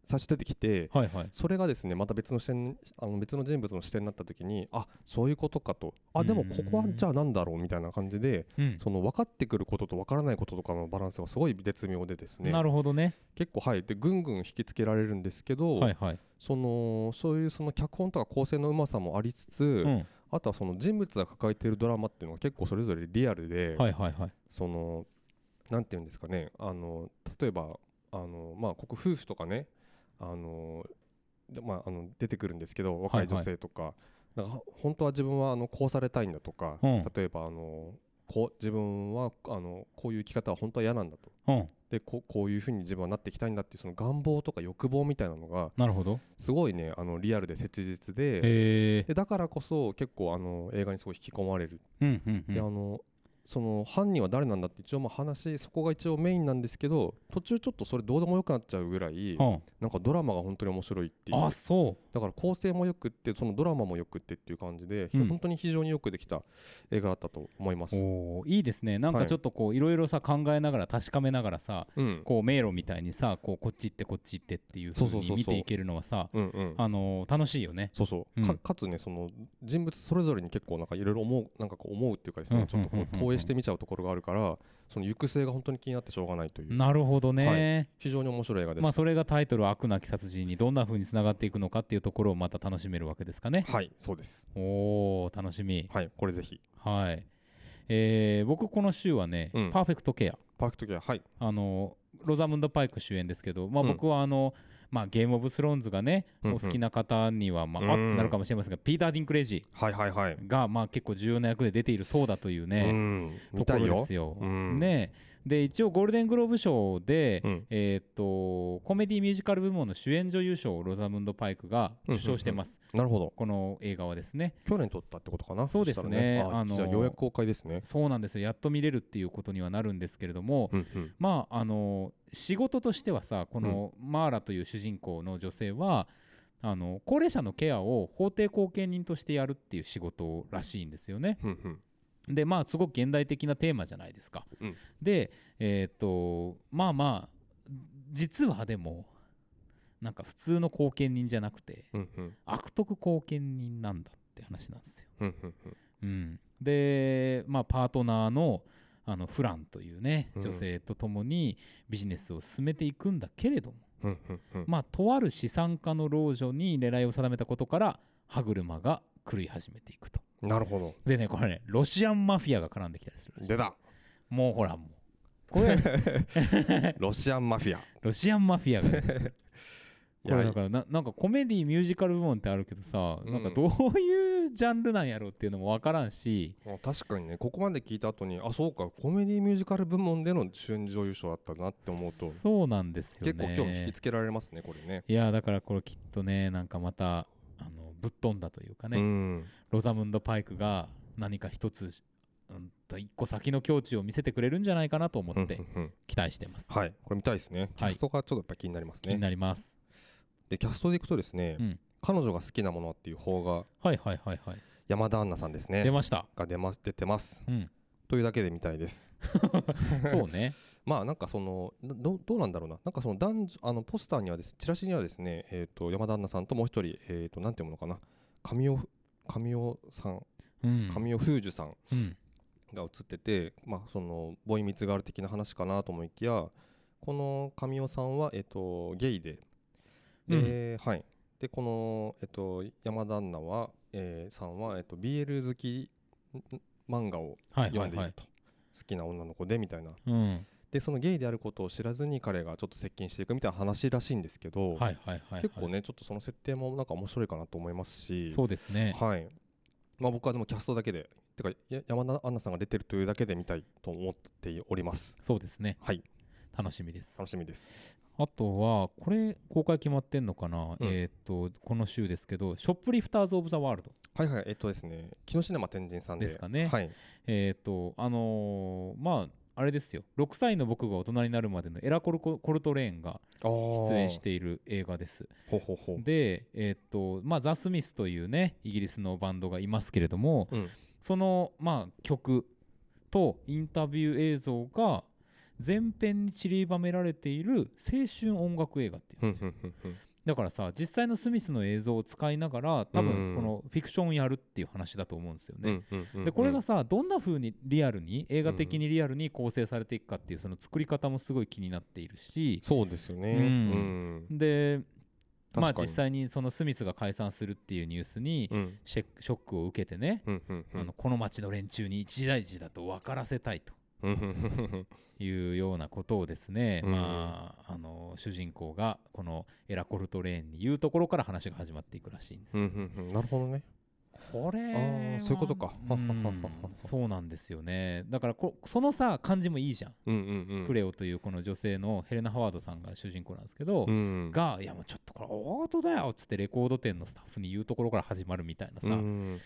Speaker 2: 最初出てきて
Speaker 1: はいはい
Speaker 2: それがですねまた別の視点あの別の人物の視点になった時にあそういうことかとあでもここはじゃあなんだろうみたいな感じで
Speaker 1: うん
Speaker 2: その分かってくることと分からないこととかのバランスがすごい絶妙でですね
Speaker 1: なるほどね
Speaker 2: 結構はいでぐんぐん引きつけられるんですけど、
Speaker 1: はいはい
Speaker 2: そのそういうその脚本とか構成のうまさもありつつ、
Speaker 1: うん
Speaker 2: あとはその人物が抱えているドラマっていうのが結構それぞれリアルで、
Speaker 1: はいはいはい
Speaker 2: そのなんていうんですかねあの例えばあのまあここ夫婦とかねあのでまああの出てくるんですけど若い女性とか,、なんか本当は自分はあのこうされたいんだとか、
Speaker 1: うん
Speaker 2: 例えばあのこう自分はあのこういう生き方は本当は嫌なんだと。
Speaker 1: うん
Speaker 2: でここういうふうに自分はなっていきたいんだっていうその願望とか欲望みたいなのが
Speaker 1: なるほど
Speaker 2: すごいねあのリアルで切実で
Speaker 1: へえ
Speaker 2: でだからこそ結構あの映画にすごい引き込まれる、
Speaker 1: うんうんうん
Speaker 2: であのその犯人は誰なんだって一応まあ話そこが一応メインなんですけど途中ちょっとそれどうでもよくなっちゃうぐら
Speaker 1: う
Speaker 2: い
Speaker 1: ん
Speaker 2: なんかドラマが本当に面白いっていう
Speaker 1: あそ
Speaker 2: だから構成もよくってそのドラマもよくってっていう感じで、
Speaker 1: うん
Speaker 2: 本当に非常によくできた映画だったと思います
Speaker 1: う。おーいいですねなん
Speaker 2: は
Speaker 1: か
Speaker 2: い
Speaker 1: ちょっとこういろいろさ考えながら確かめながらさ
Speaker 2: うん、
Speaker 1: こう迷路みたいにさこうこっち行ってこっち行ってっていう
Speaker 2: そう
Speaker 1: 風
Speaker 2: そうそう
Speaker 1: に
Speaker 2: そう
Speaker 1: 見ていけるのはさ
Speaker 2: うんうん
Speaker 1: あのー楽しいよね
Speaker 2: そうそ
Speaker 1: う
Speaker 2: う、
Speaker 1: ん
Speaker 2: かかつねその人物それぞれに結構なんかいろいろ思うなんかこう思うっていうかですね、
Speaker 1: うん
Speaker 2: ちょっとこ
Speaker 1: うんうんう
Speaker 2: うん投影してみちゃうところがあるからその行く末が本当に気になってしょうがないという
Speaker 1: なるほどね
Speaker 2: 非常に面白い映画です、
Speaker 1: まあそれがタイトル「悪なき殺人」にどんな風につながっていくのかっていうところをまた楽しめるわけですかね
Speaker 2: はいそうです
Speaker 1: おー楽しみ
Speaker 2: はいこれぜひ
Speaker 1: はいえー僕この週はね
Speaker 2: うん
Speaker 1: 「パーフェクトケア
Speaker 2: パーフェクトケアはい」
Speaker 1: あのロザムンド・パイク主演ですけどまあ
Speaker 2: うん
Speaker 1: 僕はあのまあゲーム・オブ・スローンズがね
Speaker 2: うんうん
Speaker 1: お好きな方にはまああっ
Speaker 2: うん
Speaker 1: てなるかもしれませんがピーター・ディンクレイジ
Speaker 2: はいはいはい、
Speaker 1: ーがまあ結構重要な役で出ているそうだというね
Speaker 2: うん見
Speaker 1: とこ
Speaker 2: たい
Speaker 1: ろ
Speaker 2: よ
Speaker 1: ですよ。
Speaker 2: うん
Speaker 1: ねで一応ゴールデングローブ賞で、
Speaker 2: うん
Speaker 1: えーっとコメディミュージカル部門の主演女優賞をロザムンド・パイクが受賞してます、
Speaker 2: なるほど
Speaker 1: この映画はですね
Speaker 2: 去年撮ったってことかな
Speaker 1: そうですね
Speaker 2: したらあ
Speaker 1: あの
Speaker 2: じゃあようやく公開ですね
Speaker 1: そうなんですよやっと見れるっていうことにはなるんですけれども、
Speaker 2: うんうん
Speaker 1: まああの仕事としてはさこのマーラという主人公の女性はあの高齢者のケアを法定後見人としてやるっていう仕事らしいんですよね。
Speaker 2: うんうん
Speaker 1: でまあすごく現代的なテーマじゃないですか。
Speaker 2: うん
Speaker 1: でえっ、とまあまあ実はでもなんか普通の後見人じゃなくて
Speaker 2: うんうん
Speaker 1: 悪徳後見人なんだって話なんですよ。
Speaker 2: うんうんうん
Speaker 1: うん、でまあパートナーのあのフランというね
Speaker 2: うん
Speaker 1: 女性と共にビジネスを進めていくんだけれども、
Speaker 2: うんうんうん
Speaker 1: まあとある資産家の老女に狙いを定めたことから歯車が狂い始めていくと。
Speaker 2: なるほど
Speaker 1: でねこれねロシアンマフィアが絡んできたりするらしい
Speaker 2: 出た
Speaker 1: もうほらもう。こ れ
Speaker 2: ロシアンマフ ィア
Speaker 1: ロシアンマフィアがね。これ
Speaker 2: い
Speaker 1: だ
Speaker 2: や
Speaker 1: からななんかコメディミュージカル部門ってあるけどさ、
Speaker 2: うん
Speaker 1: なんかどういうジャンルなんやろうっていうのも分からんし
Speaker 2: あ確かにねここまで聞いた後にあそうかコメディミュージカル部門での主演女優賞だったなって思うと、
Speaker 1: そうなんですよね
Speaker 2: 結構興味引きつけられますねこれね
Speaker 1: いやだからこれきっとねなんかまたあのぶっ飛んだというかね、
Speaker 2: うん
Speaker 1: ロザムンド・パイクが何か一つうんと一個先の境地を見せてくれるんじゃないかなと思って
Speaker 2: うんうんうん
Speaker 1: 期待してます、
Speaker 2: はいこれ見たいですねキ
Speaker 1: はい
Speaker 2: ャストがちょっとやっぱ気になります
Speaker 1: 気に
Speaker 2: ね、
Speaker 1: なります
Speaker 2: でキャストでいくとですね、
Speaker 1: うん
Speaker 2: 彼女が好きなものっていう方が
Speaker 1: はいはいはいはい
Speaker 2: 山田杏奈さんですね
Speaker 1: 出ま した
Speaker 2: が出ます出てます
Speaker 1: うん
Speaker 2: というだけで見たいです
Speaker 1: そうね
Speaker 2: まあなんかそのなどどうなんだろうななんかその男女あのポスターにはですチラシにはですねえっ、と山田杏奈さんともう一人えっ、となんていうのかな神尾神尾さん
Speaker 1: うん、
Speaker 2: 神尾楓珠さん
Speaker 1: うん、
Speaker 2: が映ってて、まあ、そのボーイミツガール的な話かなと思いきやこの神尾さんは、えっとゲイでで、はい、でこの、えっと、山旦那は、えーさんは、えっと、BL 好き漫画を
Speaker 1: はい
Speaker 2: 読
Speaker 1: は
Speaker 2: ん
Speaker 1: い
Speaker 2: でい
Speaker 1: は
Speaker 2: る
Speaker 1: い
Speaker 2: と、好きな女の子でみたいな
Speaker 1: うん
Speaker 2: でそのゲイであることを知らずに彼がちょっと接近していくみたいな話らしいんですけ
Speaker 1: は
Speaker 2: ど、
Speaker 1: いはいはいはい
Speaker 2: 結構ねちょっとその設定もなんか面白いかなと思いますし
Speaker 1: そうですね
Speaker 2: はいまあ、僕はでもキャストだけでてかや山田杏奈さんが出てるというだけで見たいと思っております
Speaker 1: そうですね
Speaker 2: はい
Speaker 1: 楽しみです
Speaker 2: 楽しみです
Speaker 1: あとはこれ公開決まってんのかな、
Speaker 2: うん
Speaker 1: えーっとこの週ですけど「ショップリフターズ・オブ・ザ・ワールド
Speaker 2: はいはいえっとですね木シネマ天神さんで
Speaker 1: ですかね
Speaker 2: はい」
Speaker 1: えーっとあのーまああれですよ6歳の僕が大人になるまでのエラコルコ・コルトレーンが
Speaker 2: 出
Speaker 1: 出演している映画です
Speaker 2: ほうほうほう
Speaker 1: で、えーっとまあ、ザ・スミスというねイギリスのバンドがいますけれども、
Speaker 2: うん
Speaker 1: その、まあ、曲とインタビュー映像が全編に散りばめられている青春音楽映画っていうん
Speaker 2: うん
Speaker 1: ですよ、
Speaker 2: うんうん
Speaker 1: だからさ実際のスミスの映像を使いながら多
Speaker 2: うん
Speaker 1: 分このフィクションやるっていう話だと思うんですよ
Speaker 2: う
Speaker 1: ね。
Speaker 2: んうんうん
Speaker 1: でこれがさどんな風にリアルに映画的にリアルに構成されていくかっていうその作り方もすごい気になっているし
Speaker 2: そうですよね
Speaker 1: うん
Speaker 2: うん
Speaker 1: でまあ
Speaker 2: 確かに
Speaker 1: 実際にそのスミスが解散するっていうニュースに
Speaker 2: うん
Speaker 1: シェショックを受けてね
Speaker 2: うんうんうん
Speaker 1: あのこの町の連中に一大事だと分からせたいと
Speaker 2: うんうんうん
Speaker 1: いうようなことをですね
Speaker 2: うん
Speaker 1: まああの主人公がこのエラ・コルトレーンに言うところから話が始まっていくらしいんです
Speaker 2: うんう
Speaker 1: よ
Speaker 2: んうんなるほどね
Speaker 1: これ
Speaker 2: あーそういうことか
Speaker 1: はうんそうなんですよねだからこそのさ感じもいいじゃん、
Speaker 2: うんうんうん
Speaker 1: クレオというこの女性のヘレナ・ハワードさんが主人公なんですけど、
Speaker 2: うん
Speaker 1: がいやもうちょっとこれオートだよっつってレコード店のスタッフに言うところから始まるみたいなさ、
Speaker 2: うん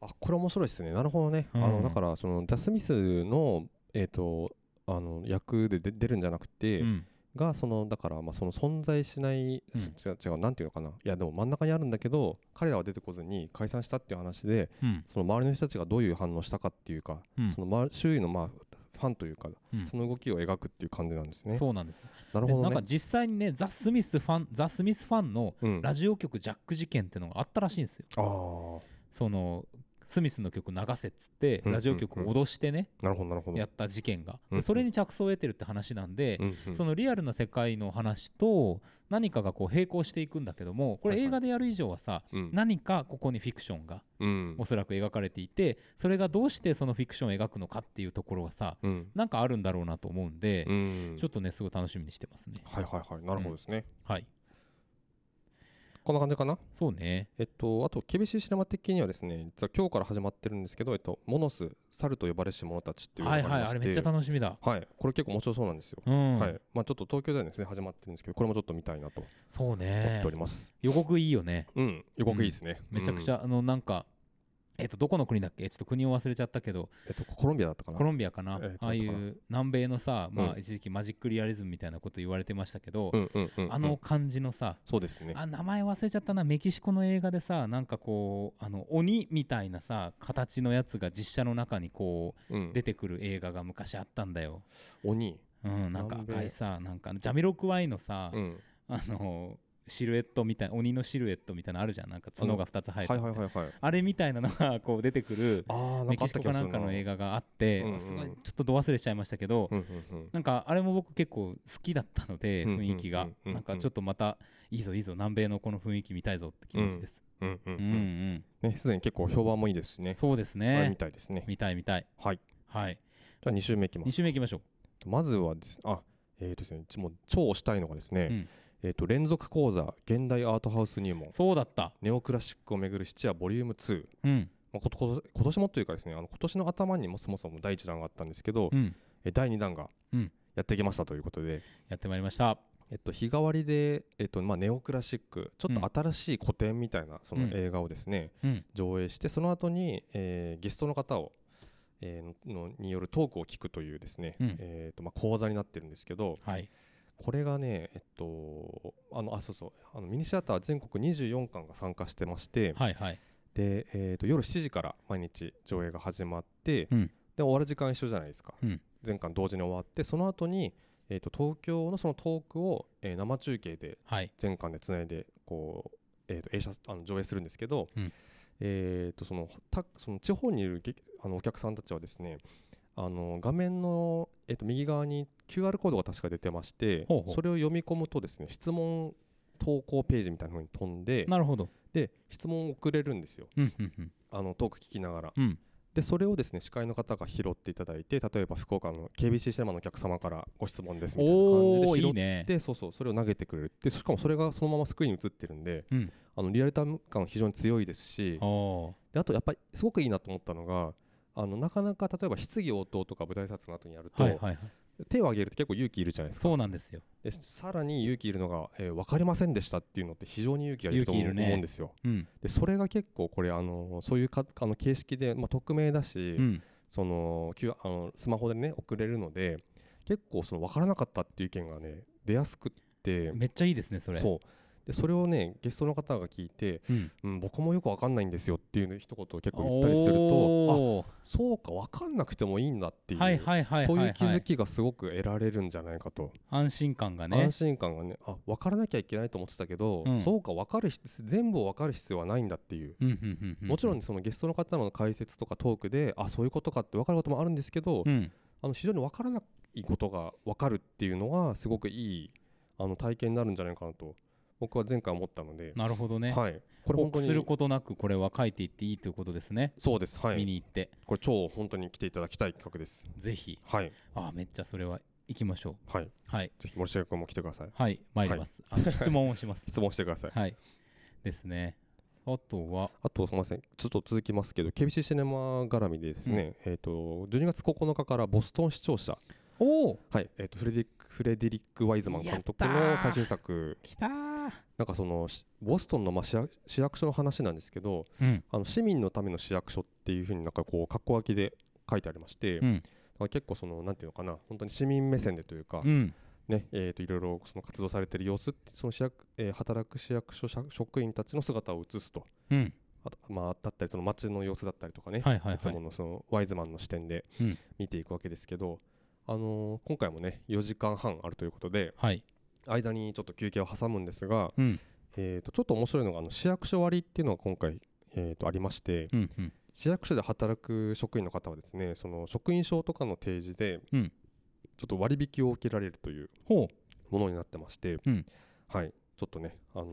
Speaker 2: あこれ面白いですねなるほどね、
Speaker 1: うん
Speaker 2: あのだからそのジャスミスのえっ、とあの役で出出るんじゃなくて、
Speaker 1: うん
Speaker 2: がそのだからまあその存在しない、
Speaker 1: うん
Speaker 2: す違う違うなんていうのかないやでも真ん中にあるんだけど彼らは出てこずに解散したっていう話で
Speaker 1: うん
Speaker 2: その周りの人たちがどういう反応したかっていうか、
Speaker 1: うん
Speaker 2: その周周囲のまあファンというか、
Speaker 1: うん
Speaker 2: その動きを描くっていう感じなんですね。
Speaker 1: そうなんですよ、
Speaker 2: なる
Speaker 1: で
Speaker 2: ほ
Speaker 1: な
Speaker 2: ど
Speaker 1: ん
Speaker 2: ね
Speaker 1: か。実際にねザ・スミスファンザ・スミスファンの
Speaker 2: うん、あ
Speaker 1: ラジオ局ジャック事件ってのがあったらしいんですよ
Speaker 2: あー
Speaker 1: そのスミスの曲流せっつって
Speaker 2: うん
Speaker 1: ラジオ局を脅してね、
Speaker 2: なるほどなるほど。
Speaker 1: やった事件が、
Speaker 2: うん
Speaker 1: でそれに着想を得てるって話なんで、
Speaker 2: うんうん
Speaker 1: そのリアルな世界の話と何かがこう並行していくんだけどもこれ
Speaker 2: はいはい
Speaker 1: 映画でやる以上はさ、
Speaker 2: うん
Speaker 1: 何かここにフィクションが
Speaker 2: うん
Speaker 1: おそらく描かれていてそれがどうしてそのフィクションを描くのかっていうところはさ
Speaker 2: うん
Speaker 1: なんかあるんだろうなと思うんで、
Speaker 2: うん
Speaker 1: ちょっとねすごい楽しみにしてますね
Speaker 2: はいはいはいなるほどですね。
Speaker 1: はい
Speaker 2: こんな感じかな
Speaker 1: そうね
Speaker 2: えっと、あと、厳しいシネマ的にはですね、実は今日から始まってるんですけど、えっと、モノス、猿と呼ばれし者たちっていうの
Speaker 1: は
Speaker 2: が
Speaker 1: い
Speaker 2: りま
Speaker 1: はい
Speaker 2: し
Speaker 1: あ
Speaker 2: て
Speaker 1: れめっちゃ楽しみだ
Speaker 2: はい、これ結構面白そうなんですよ。
Speaker 1: うん、
Speaker 2: はい、まあちょっと東京ではですね、始まってるんですけど、これもちょっと見たいなと思
Speaker 1: そう
Speaker 2: っ
Speaker 1: ね
Speaker 2: ております。
Speaker 1: 予告いいよね
Speaker 2: うん、予告いいですね。
Speaker 1: めちゃくちゃ、あのなんかえっとどこの国だっけちょっと国を忘れちゃったけど
Speaker 2: うん。えっと、コロンビアだったかな。
Speaker 1: コロンビアかな、
Speaker 2: えーと
Speaker 1: ああい
Speaker 2: どこか
Speaker 1: う南米のさ、ま
Speaker 2: う
Speaker 1: あ、一時期マジックリアリズムみたいなこと言われてましたけど、
Speaker 2: うんうんうんうん。
Speaker 1: あの、感じのさ、
Speaker 2: そうですね。
Speaker 1: あ名前忘れちゃったなメキシコの映画でさなんかこうあの鬼みたいなさ形のやつが実写の中にこ
Speaker 2: うん
Speaker 1: う、出てくる映画が昔あったんだよ、
Speaker 2: 鬼。
Speaker 1: うん、なんか
Speaker 2: 南米
Speaker 1: 赤いさなんかジャミロクワイのさ、
Speaker 2: うん。
Speaker 1: あのシルエットみたい鬼のシルエッットみたいなのあるじゃんなんか角が2つ生
Speaker 2: は
Speaker 1: え
Speaker 2: い
Speaker 1: て
Speaker 2: は
Speaker 1: る
Speaker 2: いはいはい。
Speaker 1: あれみたいなのがこう出てくる
Speaker 2: あー、なん
Speaker 1: メキ
Speaker 2: かあっ
Speaker 1: シ
Speaker 2: た
Speaker 1: コ
Speaker 2: 気が
Speaker 1: かな
Speaker 2: する
Speaker 1: んかの映
Speaker 2: 画。
Speaker 1: 画があって、
Speaker 2: うんうん
Speaker 1: すごいちょっと度忘れしちゃいましたけど、
Speaker 2: うんうんうん。
Speaker 1: なんかあれも僕結構好きだったので
Speaker 2: うんうんうんうん
Speaker 1: 雰囲気がなんかちょっとまたいいぞいいぞ南米のこの雰囲気見たいぞって気持ちです、
Speaker 2: うんうんう
Speaker 1: うんうん
Speaker 2: ん。ね、すでに結構評判もいいですしね。
Speaker 1: そうです
Speaker 2: あれみ
Speaker 1: ね
Speaker 2: たいですね。
Speaker 1: 見たい見たい
Speaker 2: はい。
Speaker 1: はい
Speaker 2: じゃあ2週目いきます
Speaker 1: 2。週目いきましょう
Speaker 2: まずはですあえーとですね、ちもう超推したいのがですね、
Speaker 1: うん
Speaker 2: えー、と連続講座現代アートハウス入門
Speaker 1: そうだった
Speaker 2: ネオクラシックをめぐる質屋ボリューム2、
Speaker 1: うん
Speaker 2: まあ、ことこと今年もというかですねあの今年の頭にもそもそも第1弾があったんですけど、
Speaker 1: うん
Speaker 2: え第2弾が
Speaker 1: うん
Speaker 2: やってきましたということで、
Speaker 1: やってまいりました
Speaker 2: えっと、日替わりで、えっとまあ、ネオクラシックちょっと新しい古典みたいなその
Speaker 1: うん
Speaker 2: 映画をですね、
Speaker 1: うん
Speaker 2: 上映してその後に、えーゲストの方を、えーのによるトークを聞くというですね、
Speaker 1: うん
Speaker 2: えーとまあ、講座になってるんですけど、
Speaker 1: はい
Speaker 2: これがね、えっと、あのあそうそうあのミニシアター全国24館が参加してまして、
Speaker 1: はいはい
Speaker 2: でえー、と夜7時から毎日上映が始まって、
Speaker 1: うん
Speaker 2: で終わる時間一緒じゃないですか、
Speaker 1: うん
Speaker 2: 全館同時に終わってその後に、えー、と東京のそのトークを、えー生中継で
Speaker 1: はい
Speaker 2: 全館でつないでこう、えー、と映写あの上映するんですけど、
Speaker 1: うん
Speaker 2: えー、とそのたその地方にいる劇あのお客さんたちはですねあの画面の、えー、と右側に QR コードが確か出てまして
Speaker 1: ほうほう
Speaker 2: それを読み込むとですね質問投稿ページみたいなのに飛んで
Speaker 1: なるほど。
Speaker 2: で質問を送れるんですよ
Speaker 1: うんうんうん
Speaker 2: あのトーク聞きながら、
Speaker 1: うん
Speaker 2: でそれをですね司会の方が拾っていただいて例えば福岡の KBC シネマのお客様からご質問ですみたいな
Speaker 1: お
Speaker 2: 感
Speaker 1: おい
Speaker 2: じで拾
Speaker 1: い
Speaker 2: って
Speaker 1: ね。
Speaker 2: そうそうそれを投げてくれるでしかもそれがそのままスクリーンに映ってるんで
Speaker 1: うん。
Speaker 2: あのリアルタイム感非常に強いですし
Speaker 1: お
Speaker 2: であとやっぱりすごくいいなと思ったのがあのなかなか例えば質疑応答とか舞台挨拶の後にやると、
Speaker 1: はいはいはい。
Speaker 2: 手を挙げるって結構勇気いるじゃないですか
Speaker 1: そうなんですよ。
Speaker 2: でさらに勇気いるのが、えー分かりませんでしたっていうのって非常に勇気がいると思う
Speaker 1: 勇気いるね
Speaker 2: 思うんですよ。
Speaker 1: うん。
Speaker 2: でそれが結構これあのそういうかあの形式で、まあ、匿名だし、
Speaker 1: うん。
Speaker 2: その Q- あのスマホでね送れるので結構その分からなかったっていう意見がね出やすくって
Speaker 1: めっちゃいいですねそれ。
Speaker 2: そうでそれをねゲストの方が聞いて、
Speaker 1: うん。
Speaker 2: うん、僕もよく分かんないんですよっていう一言を結構言ったりすると
Speaker 1: お
Speaker 2: あそうか分かんなくてもいいんだっ
Speaker 1: ー
Speaker 2: ていう、
Speaker 1: はいはいはいはいはい。
Speaker 2: そういう気づきがすごく得られるんじゃないかと。
Speaker 1: 安心感がね
Speaker 2: 安。心感がねあ分からなきゃいけないと思ってたけど、
Speaker 1: うん
Speaker 2: そうか分かる必全部を分かる必要はないんだっていう、
Speaker 1: うんうんうんう
Speaker 2: もちろん。そのゲストの方の解説とかトークであそういうことかって分かることもあるんですけど、
Speaker 1: うん。
Speaker 2: あの非常に分からないことが分かるっていうのはすごくいいあの体験になるんじゃないかなと僕は前回思ったので、
Speaker 1: なるほどね。
Speaker 2: はい、これ
Speaker 1: 報
Speaker 2: 本当
Speaker 1: 告する
Speaker 2: に
Speaker 1: ことなくこれは書いていっていいということですね。
Speaker 2: そうですは
Speaker 1: 見
Speaker 2: い
Speaker 1: に行って
Speaker 2: これ超本当に来ていただきたい企画です
Speaker 1: ぜひ。
Speaker 2: はい
Speaker 1: あめっちゃそれは行きましょ
Speaker 2: はいぜ
Speaker 1: う。はい
Speaker 2: ひ森重君も来てください
Speaker 1: はい参ります。あの質問をし ます。
Speaker 2: 質問してください
Speaker 1: はい。ですね。あとは、
Speaker 2: あとすみません、ちょっと続きますけど、KBC シネマ絡みでですね、えっ、と12月9日からボストン視聴者、
Speaker 1: おお
Speaker 2: はい、えっ、とフレデリックフレデリックワイズマン監督
Speaker 1: や
Speaker 2: の
Speaker 1: ったー
Speaker 2: 最新作、
Speaker 1: きたー
Speaker 2: なんかそのしボストンのまあ市役市役所の話なんですけど、
Speaker 1: うん。
Speaker 2: あの市民のための市役所っていうふうになんかこう格好空きで書いてありまして、
Speaker 1: う
Speaker 2: だ
Speaker 1: ん。
Speaker 2: から結構そのなんていうのかな、本当に市民目線でというか、
Speaker 1: うん。
Speaker 2: ね、えっ、といろいろその活動されてる様子って、その市役、えー働く市役所社職員たちの姿を映すと、
Speaker 1: うん。
Speaker 2: あとまあだったりその街の様子だったりとかね。
Speaker 1: はいはいはい
Speaker 2: いつものそのワイズマンの視点で
Speaker 1: うん
Speaker 2: 見ていくわけですけど、あのー今回もね4時間半あるということで
Speaker 1: はい。
Speaker 2: 間にちょっと休憩を挟むんですが、
Speaker 1: うん。
Speaker 2: えー、とちょっと面白いのがあの市役所割っていうのが今回、えー、とありまして
Speaker 1: うん。うん。
Speaker 2: 市役所で働く職員の方はですねその職員証とかの提示で、
Speaker 1: うん
Speaker 2: ちょっと割引を受けられるという
Speaker 1: ほう。
Speaker 2: ものになってまして、
Speaker 1: うん
Speaker 2: はいちょっとね、あのー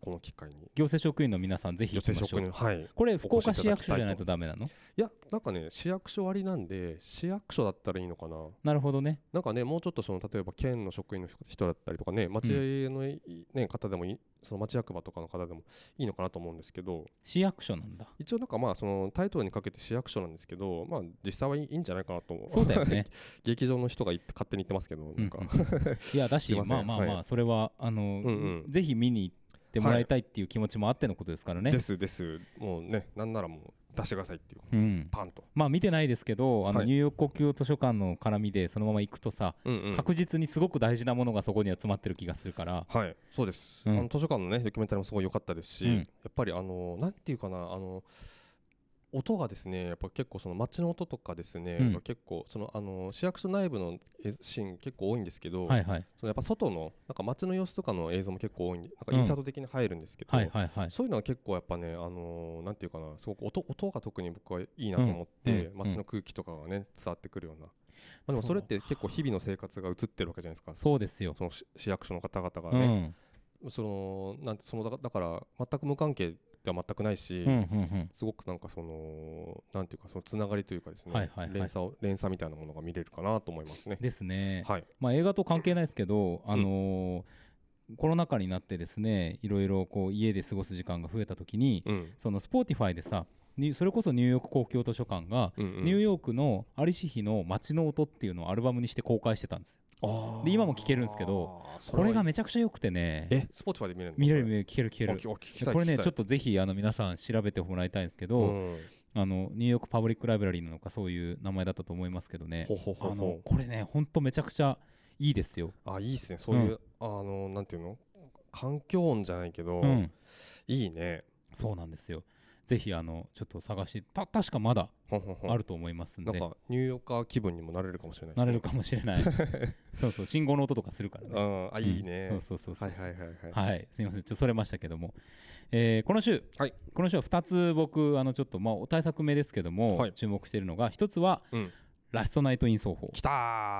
Speaker 2: この機会に
Speaker 1: 行政職員の皆さん、ぜひ行き
Speaker 2: 女性
Speaker 1: ましょ
Speaker 2: 職
Speaker 1: う。
Speaker 2: 員はい
Speaker 1: これ、
Speaker 2: 越し
Speaker 1: 福岡
Speaker 2: いただきたいと
Speaker 1: 市役所じゃないとダメなの
Speaker 2: いやなんかね市役所割なんで市役所だったらいいのかな
Speaker 1: なるほどね。
Speaker 2: なんかねもうちょっとその例えば県の職員の人だったりとかね町のい、ね、方でもいいその町役場とかの方でもいいのかなと思うんですけど
Speaker 1: 市役所なんだ。
Speaker 2: 一応なんかまあそのタイトルにかけて市役所なんですけどまあ実際はいいいいんじゃないかなと思う
Speaker 1: そうだよ ね。
Speaker 2: 劇場の人が言って勝手に言ってますけどなんか、
Speaker 1: うんいや、だし、
Speaker 2: すいませ
Speaker 1: ま
Speaker 2: ん
Speaker 1: あまあま
Speaker 2: は
Speaker 1: あ、それは、あ
Speaker 2: うん
Speaker 1: の
Speaker 2: う、ん
Speaker 1: ぜひ見に行ってもらいたいっていう気持ちもあってのことですからね
Speaker 2: で。すですもうねなんならもう出してくださいっていう
Speaker 1: うん。
Speaker 2: パンと、
Speaker 1: まあ見てないですけど、あの
Speaker 2: はい
Speaker 1: ニューヨーク国境図書館の絡みでそのまま行くとさ、
Speaker 2: うんうん
Speaker 1: 確実にすごく大事なものがそこには詰まってる気がするから、
Speaker 2: はい、そうです、
Speaker 1: うん
Speaker 2: あの図書館のねドキュメンタリーもすごい良かったですし、
Speaker 1: うん
Speaker 2: やっぱりあのなんていうかなあの音がですねやっぱ結構その街の音とかですね、
Speaker 1: うん
Speaker 2: 結構そのあの市役所内部のえシーン結構多いんですけど、
Speaker 1: はいはい
Speaker 2: そのやっぱ外のなんか街の様子とかの映像も結構多いんでなん
Speaker 1: う
Speaker 2: か
Speaker 1: ん
Speaker 2: インサート的に入るんですけど、
Speaker 1: はいはいはい。
Speaker 2: そういうのは結構やっぱね、あのなんていうかなすごく音音が特に僕はいいなと思って、
Speaker 1: うんうん
Speaker 2: 街の空気とかがね伝わってくるような、まあ、でもそれって結構日々の生活が映ってるわけじゃないですか
Speaker 1: そうですよ。
Speaker 2: その市市役所の方々が
Speaker 1: う
Speaker 2: ね、
Speaker 1: ん。
Speaker 2: そのなんてそのだだから全く無関係では全くないし、
Speaker 1: うんうんうん。
Speaker 2: すごくなんかそのなんていうかそのつながりというかですね、
Speaker 1: はいはいはい
Speaker 2: 連鎖を連鎖みたいなものが見れるかなと思いますね。
Speaker 1: ですね。
Speaker 2: はい、
Speaker 1: まあ、映画と関係ないですけど、あのーコロナ禍になってですねいろいろこう家で過ごす時間が増えた時に、
Speaker 2: うん
Speaker 1: そのスポーティファイでさにそれこそニューヨーク公共図書館が、
Speaker 2: うんうん、
Speaker 1: ニューヨークのアリシヒの街の音っていうのをアルバムにして公開してたんですよ
Speaker 2: あー
Speaker 1: で今も聞けるんですけど
Speaker 2: あーそ
Speaker 1: これが
Speaker 2: は
Speaker 1: めちゃくちゃ良くてね
Speaker 2: えスポーティファイで見れるの
Speaker 1: 見れる見れる聞ける聞け
Speaker 2: あ
Speaker 1: る
Speaker 2: きあ聞きたい
Speaker 1: これね
Speaker 2: 聞き
Speaker 1: ちょ
Speaker 2: たい
Speaker 1: っとぜひあの皆さん調べてもらいたいんですけど、
Speaker 2: うん
Speaker 1: あのニューヨークパブリックライブラリーなのかそういう名前だったと思いますけどね
Speaker 2: ほほほ
Speaker 1: あの
Speaker 2: ほ
Speaker 1: これねほんとめちゃくちゃいいですよ、
Speaker 2: あいいですねそういう、あのなんていうの環境音じゃないけど、
Speaker 1: うん、
Speaker 2: いいね
Speaker 1: そうなんですよ。ぜひあのちょっと探してた確かまだ
Speaker 2: ほんほんほん
Speaker 1: あると思いますん
Speaker 2: なん
Speaker 1: で
Speaker 2: かニューヨーカー気分にもなれるかもしれない
Speaker 1: なれるかもしれない そうそう信号の音とかするから
Speaker 2: う
Speaker 1: ね
Speaker 2: んあいいね、
Speaker 1: うんそうそうそうそう
Speaker 2: はいはいはいはい、
Speaker 1: はいすみませんちょっとそれましたけども、えーこの週、
Speaker 2: はい
Speaker 1: この週は2つ僕あのちょっとまあお対策目ですけども、
Speaker 2: はい
Speaker 1: 注目しているのが1つは、
Speaker 2: うん
Speaker 1: ラストナイト・イン奏法
Speaker 2: きた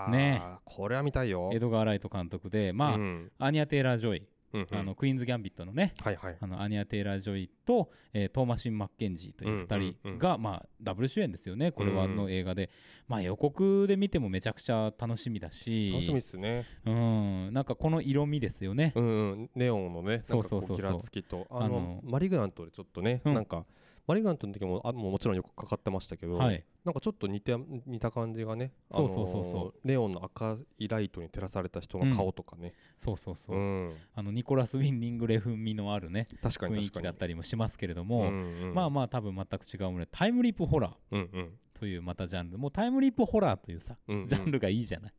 Speaker 2: ー
Speaker 1: ね
Speaker 2: これは見たいよ
Speaker 1: エドガー・ライト監督でまあ、
Speaker 2: うん
Speaker 1: アニア・テイラー・ジョイ
Speaker 2: うんうん
Speaker 1: あのクイーンズ・ギャンビットのね
Speaker 2: はいはい
Speaker 1: あのアニア・テイラー・ジョイと、えートーマシン・マッケンジーという2
Speaker 2: うんうんう
Speaker 1: 人
Speaker 2: ん
Speaker 1: が、まあ、ダブル主演ですよねこれは
Speaker 2: うん
Speaker 1: の映画で、まあ、予告で見てもめちゃくちゃ楽しみだし
Speaker 2: 楽しみっすね
Speaker 1: うん、なんかこの色味ですよね、
Speaker 2: うんうんネオンのね
Speaker 1: そうそうそうそう
Speaker 2: なんかこキラつきとあの
Speaker 1: あの
Speaker 2: マリグナントでちょっとね、
Speaker 1: うん
Speaker 2: なんかマリグナントの時もあもうもちろんよくかかってましたけど、
Speaker 1: はい
Speaker 2: なんかちょっと似て似た感じがねあ
Speaker 1: そ
Speaker 2: の
Speaker 1: うそうそうそう
Speaker 2: ネオンの赤いライトに照らされた人の顔とかね、
Speaker 1: そうそうそうう、
Speaker 2: ん
Speaker 1: あのニコラス・ウィンニングレ風味のあるね
Speaker 2: 確か
Speaker 1: 雰
Speaker 2: に
Speaker 1: 囲
Speaker 2: 確か
Speaker 1: 気
Speaker 2: に
Speaker 1: だったりもしますけれど
Speaker 2: う
Speaker 1: も、
Speaker 2: んうん
Speaker 1: まあまあ多分全く違うものでタイムリープホラー
Speaker 2: うんうん
Speaker 1: というまたジャンルもうタイムリープホラーというさ
Speaker 2: うんうん
Speaker 1: ジャンルがいいじゃない、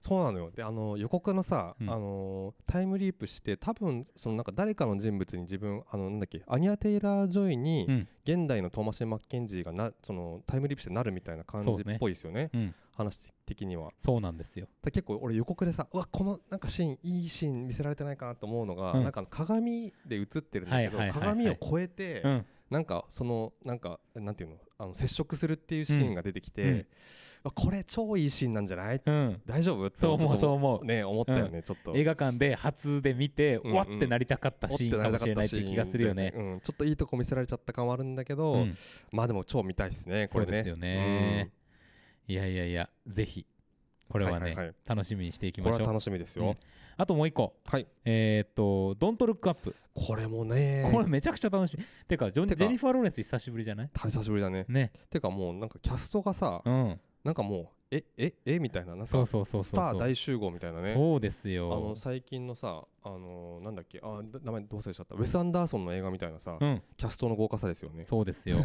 Speaker 2: そうなのよであの予告のさ、
Speaker 1: うん
Speaker 2: あのタイムリープして多分そのなんか誰かの人物に自分あのなんだっけアニア・テイラー・ジョイに、
Speaker 1: うん
Speaker 2: 現代のトーマシン・マッケンジーがなそのタイムリープしてなるみたいな感じ
Speaker 1: そうね
Speaker 2: っぽいですよね
Speaker 1: うん、
Speaker 2: 話的には
Speaker 1: そうなんですよ
Speaker 2: だ結構俺予告でさうわこのなんかシーンいいシーン見せられてないかなと思うのが、
Speaker 1: うん
Speaker 2: なんかあの鏡で映ってるんだけど、
Speaker 1: はいはいはいはい
Speaker 2: 鏡を超えて、
Speaker 1: うん
Speaker 2: なんかそのなんかなんていうのあの接触するっていうシーンが出てきて、
Speaker 1: うんうん
Speaker 2: あこれ超いいシーンなんじゃない
Speaker 1: うん
Speaker 2: 大丈夫って
Speaker 1: そう思うそう
Speaker 2: う
Speaker 1: 思う
Speaker 2: ね思ったよね、ちょっと
Speaker 1: 映画館で初で見て、
Speaker 2: うんうん
Speaker 1: うわってなりたかったシーンかもしれないっていう気がするよね
Speaker 2: 思ってなかったシーンだうん、ちょっといいとこ見せられちゃった感はあるんだけど、
Speaker 1: うん
Speaker 2: まあでも超見たいですね
Speaker 1: そ
Speaker 2: こ
Speaker 1: う
Speaker 2: れね
Speaker 1: ですよね、いやいやいやぜひこれはね、
Speaker 2: はいはいはい
Speaker 1: 楽しみにしていき
Speaker 2: うんこ
Speaker 1: ま
Speaker 2: れ
Speaker 1: しょ
Speaker 2: は
Speaker 1: う
Speaker 2: 楽しみです
Speaker 1: う
Speaker 2: よ
Speaker 1: ん、あともう一個
Speaker 2: はい
Speaker 1: えー、っと「ドントルックアップ
Speaker 2: これもね
Speaker 1: これめちゃくちゃ楽しみてかジョン
Speaker 2: てか
Speaker 1: ジェニファー・ローレンス久しぶりじゃない
Speaker 2: 久しぶりだね
Speaker 1: ね
Speaker 2: てかもうなんかキャストがさ、
Speaker 1: うん
Speaker 2: なんかもうえええみたいななんか
Speaker 1: そうそうそう
Speaker 2: ス
Speaker 1: そう
Speaker 2: タ
Speaker 1: そ
Speaker 2: ー
Speaker 1: う
Speaker 2: 大集合みたいなね
Speaker 1: そうです
Speaker 2: あの
Speaker 1: よ
Speaker 2: 最近のさあのーなんだっけあだ名前どうせしちゃったウェス・アンダーソンの映画みたいなさ、
Speaker 1: うん
Speaker 2: キャストの豪華さですよね
Speaker 1: そうです よい